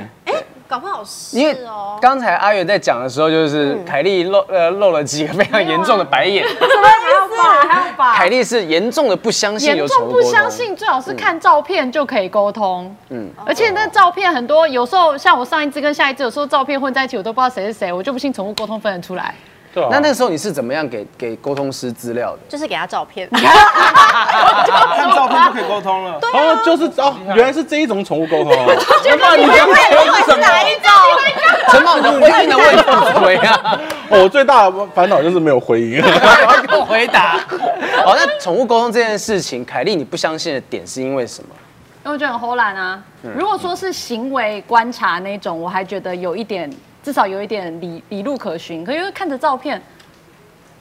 Speaker 4: 搞不好是
Speaker 1: 因为
Speaker 4: 哦。
Speaker 1: 刚才阿远在讲的时候，就是凯莉露呃露了几个非常严重的白眼。
Speaker 5: 还要吧，还要吧。
Speaker 1: 凯莉是严重的不哦相信有
Speaker 5: 严
Speaker 1: 宠物
Speaker 5: 重
Speaker 1: 沟
Speaker 5: 不
Speaker 1: 通
Speaker 5: 相，信，最好是看照片就可以沟通。嗯，而且那照片很多，有时候像我上一只跟下一只，有时候照片混在一起，我都不知道谁是谁，我就不信宠物沟通分得出来。
Speaker 2: 对啊
Speaker 1: 那那个时候你是怎么样给给沟通师资料的？
Speaker 4: 就是给他照片，
Speaker 3: 看照片就可以沟通了。
Speaker 2: 哦，就是哦，原来是这一种宠物沟通啊。
Speaker 3: 对吧？你 刚才说什么？
Speaker 1: 陈茂，你回应的问题不回啊？
Speaker 2: 哦，我最大的烦恼就是没有回音。
Speaker 1: 给我回答。 好，那宠物沟通这件事情，凯莉你不相信的点是因为什么？
Speaker 5: 因为我觉得很偷懒啊。如果说是行为观察那种，我还觉得有一点，至少有一点理理路可循。可因为看着照片，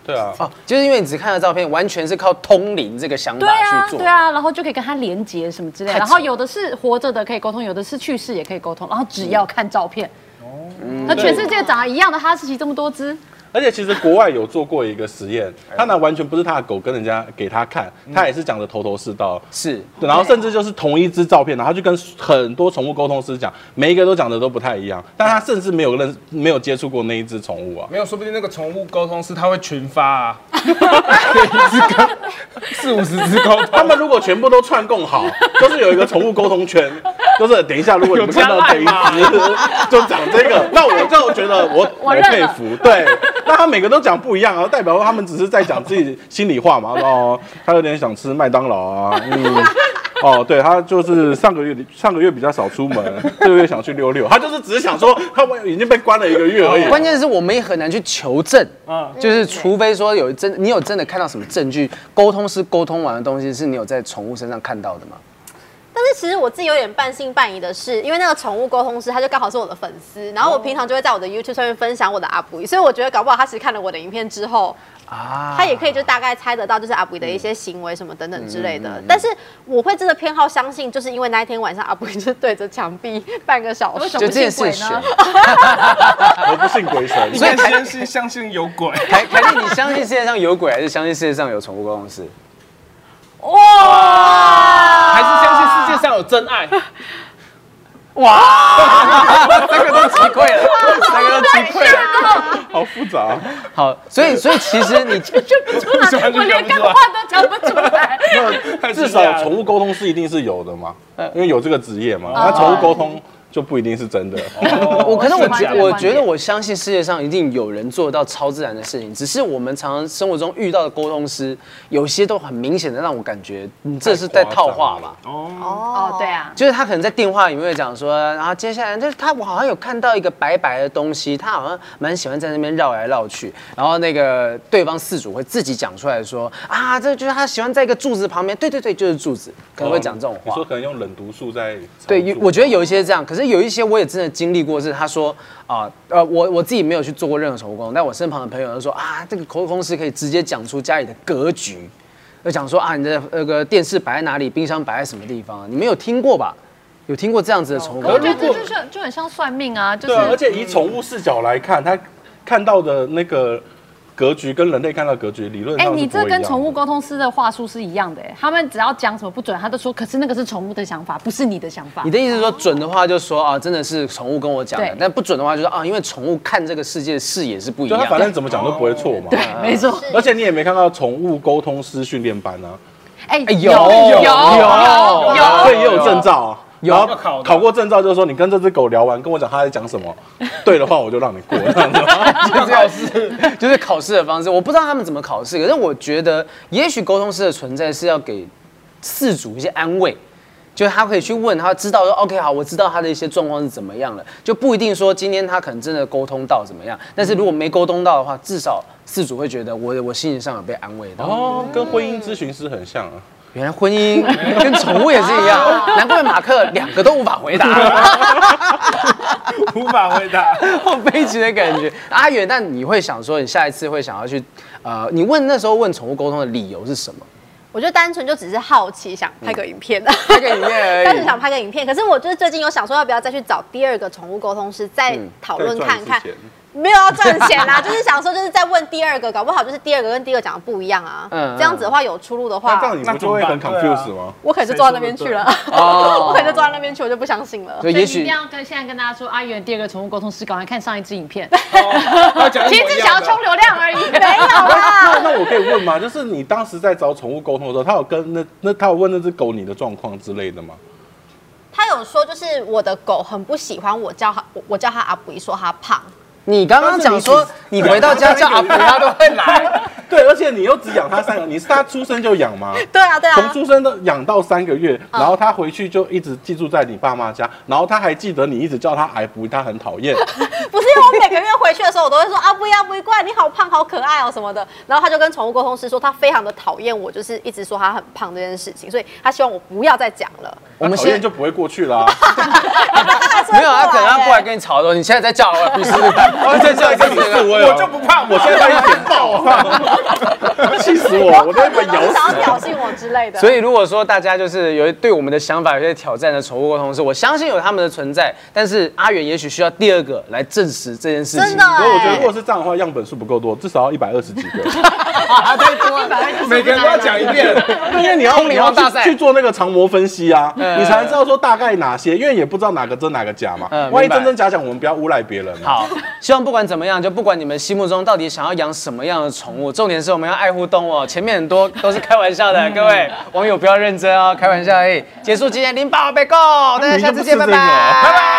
Speaker 2: 对啊，
Speaker 1: 哦，就是因为你只看了照片，完全是靠通灵这个想
Speaker 5: 对啊
Speaker 1: 法去，做。
Speaker 5: 对啊，然后就可以跟他连接什么之类的。
Speaker 1: 太扯
Speaker 5: 然后有的是活着的可以沟通，有的是去世也可以沟通。然后只要看照片，那全世界长得一样的哈士奇这么多只，
Speaker 2: 而且其实国外有做过一个实验，他拿完全不是他的狗跟人家给他看，他也是讲的头头是道。
Speaker 1: 是
Speaker 2: 对然后甚至就是同一只照片，然后他就跟很多宠物沟通师讲，每一个都讲的都不太一样，但他甚至没有认没有接触过那一只宠物啊。
Speaker 3: 没有，说不定那个宠物沟通师他会群发啊，四五十只沟
Speaker 2: 他
Speaker 3: 通，
Speaker 2: 们如果全部都串供 好，就是有一个宠物沟通圈，就是等一下，如果你们看到这一只 就讲这 个，那我就觉得我
Speaker 5: 我认了
Speaker 2: 佩服。对，那他每个都讲不一样啊，代表他们只是在讲自己心里话嘛。哦，他有点想吃麦当劳啊， 嗯。哦，对他就是上个月上个月比较少出门，这个月想去溜溜，他就是只是想说他已经被关了一个月而
Speaker 5: 哦
Speaker 2: 已。
Speaker 1: 关键是我们也很难去求证，
Speaker 3: 嗯
Speaker 1: 就是除非说有真，你有真的看到什么证据，沟通是沟通完的东西，是你有在宠物身上看到的吗？
Speaker 4: 但是其实我自己有点半信半疑的是，因为那个宠物沟通师他就刚好是我的粉丝，然后我平常就会在我的 YouTube 上面分享我的阿布所以我觉得搞不好他其实看了我的影片之后，
Speaker 1: 啊，
Speaker 4: 他也可以就大概猜得到，就是阿布的一些行为什么等等之类
Speaker 1: 嗯
Speaker 4: 的。但是我会真的偏好相信，就是因为那一天晚上阿布就是对着墙壁半个小
Speaker 5: 为
Speaker 4: 时
Speaker 5: 什。
Speaker 1: 就
Speaker 5: 么
Speaker 1: 这
Speaker 5: 不
Speaker 1: 件
Speaker 5: 信
Speaker 1: 事
Speaker 5: 鬼
Speaker 1: 情
Speaker 5: 呢？
Speaker 2: 我不信鬼神，
Speaker 3: 你
Speaker 1: 所以
Speaker 3: 看先是相信有鬼，
Speaker 1: 凯凯莉，你相信世界上有鬼，还是相信世界上有宠物沟通师？
Speaker 7: 还是相信世界上有真爱。
Speaker 1: 这个都击溃了，这个都击溃了。
Speaker 2: 好复杂。
Speaker 1: 好，所以所以其实你
Speaker 5: 出来，我连干话都讲不出来。
Speaker 2: 至少宠物沟通师一定是有的嘛，因为有这个职业嘛。那宠物沟通就不一定 是真的。
Speaker 1: 我可能我
Speaker 5: 是这样
Speaker 1: 我觉得我相信世界上一定有人做到超自然的事情，只是我们常常生活中遇到的沟通师，有些都很明显的让我感觉你这是在套话吧。
Speaker 5: 哦，对啊，
Speaker 1: 就是他可能在电话里面会讲说，然后接下来就是他，我好像有看到一个白白的东西，他好像蛮喜欢在那边绕来绕去。然后那个对方事主会自己讲出来说，啊，这就是他喜欢在一个柱子旁边，对对对，就是柱子，可能会讲这种
Speaker 2: 哦你
Speaker 1: 话。
Speaker 2: 说可能用冷毒素在
Speaker 1: 对，有我觉得有一些这样，可是有一些我也真的经历过，是他说啊，呃，我我自己没有去做过任何宠物沟通，但我身旁的朋友都说啊，这个口公司可以直接讲出家里的格局，就讲说啊，你的那个电视摆在哪里，冰箱摆在什么地方，你们有听过吧？有听过这样子的宠物沟
Speaker 5: 我觉
Speaker 1: 通
Speaker 5: 得？这就是就很像算命啊，就
Speaker 2: 对啊，而
Speaker 5: 是
Speaker 2: 且以宠物视角来看，它看到的那个格局跟人类看到的格局理论
Speaker 5: 哎、
Speaker 2: 上是
Speaker 5: 你
Speaker 2: 不
Speaker 5: 这
Speaker 2: 一样
Speaker 5: 跟
Speaker 2: 的
Speaker 5: 宠物沟通师的话术是一样的、哎，他们只要讲什么不准，他都说，可是那个是宠物的想法，不是你的想法
Speaker 1: 你。的意思是说准的话就说啊，真的是宠物跟我讲的
Speaker 5: 对，
Speaker 1: 但不准的话就是啊，因为宠物看这个世界的视野是不一
Speaker 2: 就
Speaker 1: 样
Speaker 2: 它反
Speaker 1: 的。
Speaker 2: 正怎么讲都不会错嘛。
Speaker 5: 没错，
Speaker 2: 而且你也没看到宠物沟通师训练班啊，
Speaker 5: 哎、
Speaker 1: 哎有
Speaker 5: 有有
Speaker 1: 有
Speaker 5: 有
Speaker 2: 所以也有证照啊。然后
Speaker 3: 要考的
Speaker 2: 考过证照，就是说你跟这只狗聊完，跟我讲它在讲什 么，对的话我就让你过。这样子
Speaker 1: 就是考试 的方式，我不知道他们怎么考试，可是我觉得也许沟通师的存在是要给事主一些安慰。就他可以去问，他知道说 OK 好，我知道他的一些状况是怎么样了，就不一定说今天他可能真的沟通到怎么样，但是如果没沟通到的话，至少事主会觉得我我心理上有被安慰到。
Speaker 2: 哦，跟婚姻咨询师很像啊。
Speaker 1: 原来婚姻跟宠物也是 一样，
Speaker 5: 哦
Speaker 1: 难怪马克两个都无法回答，
Speaker 3: 无法回答。
Speaker 1: 好悲情的感觉。阿远，那你会想说，你下一次会想要去，呃，你问那时候问宠物沟通的理由是什么？
Speaker 4: 我就单纯就只是好奇，想拍个影片，
Speaker 1: 拍个影片而已
Speaker 4: 但是想拍个影片。可是我就是最近有想说，要不要再去找第二个宠物沟通师，再讨论看
Speaker 2: 在赚
Speaker 4: 看。
Speaker 2: 之前
Speaker 4: 没有要赚钱啦， 就是想说，就是再问第二个，搞不好就是第二个跟第一个讲的不一样啊。
Speaker 1: 嗯嗯
Speaker 4: 这样子的话有出入的
Speaker 2: 那
Speaker 4: 话
Speaker 2: 这，样你不就会很
Speaker 3: 那怎么办
Speaker 2: confused 吗？
Speaker 4: 我可能就坐到那边去了。 我可能就坐到那边去，我就不相信了。
Speaker 1: 所以
Speaker 5: 所以
Speaker 1: 也
Speaker 5: 你一
Speaker 1: 许
Speaker 5: 哦定要跟现在跟大家说，阿元第二个宠物沟通师，赶快看上一支影片，
Speaker 3: 他讲
Speaker 5: 其实只想要冲流量而已。
Speaker 4: 没有
Speaker 2: 啊那
Speaker 4: 啦，
Speaker 2: 那我可以问吗？就是你当时在找宠物沟通的时候，他有跟那那他有问那只狗你的状况之类的吗？
Speaker 4: 他有说就是我的狗很不喜欢我叫他，我我叫他阿布，说他胖。
Speaker 1: 你刚刚讲说你回到家叫阿婆，他都会来，
Speaker 2: 对，而且你又只养它三个，你是它出生就养吗？
Speaker 4: 对啊，对嗯
Speaker 2: 从
Speaker 4: 啊。
Speaker 2: 出生的养到三个月，然后它回去就一直寄住在你爸妈家，然后它还记得你一直叫它矮不，它很讨 厌。
Speaker 4: 不是因为我每个月回去的时候，我都会说啊阿布呀阿布怪你好胖好可爱哦什么的，然后他就跟宠物沟通师说他非常的讨厌我，就是一直说他很胖这件事情，所以他希望我不要再讲了。
Speaker 1: 我们
Speaker 2: 讨厌
Speaker 1: 先
Speaker 2: 就不会过去 啦、
Speaker 4: 没
Speaker 1: 没有，他可能要过来跟你吵的时候，你现在在叫我，不是？
Speaker 2: 啊！再叫一次你是我，
Speaker 3: 我就不怕，
Speaker 2: 我
Speaker 3: 我
Speaker 2: 现在要点爆啊！ 气死我！我都被咬
Speaker 4: 想
Speaker 2: 死
Speaker 4: 要。挑衅我之类的。
Speaker 1: 所以如果说大家就是有对我们的想法有些挑战的宠物沟通师，我相信有他们的存在，但是阿远也许需要第二个来证实这件事情。
Speaker 4: 真的，
Speaker 2: 不过我觉得，如
Speaker 4: 哎
Speaker 2: 果是这样的话，样本数不够多，至少要一百二十 几个。
Speaker 3: 每个人都要讲一遍。
Speaker 2: 因为你要
Speaker 1: 通灵王
Speaker 2: 你要去
Speaker 1: 大赛
Speaker 2: 去做那个长模分析啊，
Speaker 1: 嗯
Speaker 2: 你才能知道说大概哪些，因为也不知道哪个真哪个假嘛
Speaker 1: 嗯。
Speaker 2: 万
Speaker 1: 明
Speaker 2: 一
Speaker 1: 白
Speaker 2: 真真假假，我们不要诬赖别人嘛。
Speaker 1: 好，希望不管怎么样，就不管你们心目中到底想要养什么样的宠物，重点是我们要爱护动物哦。前面很多都是开玩笑 的，各位啊哎网友不要认真哦，开玩笑而已。结束今天零八杯够，大家下次见，拜拜，
Speaker 2: 明明就不是这 个
Speaker 1: 拜拜。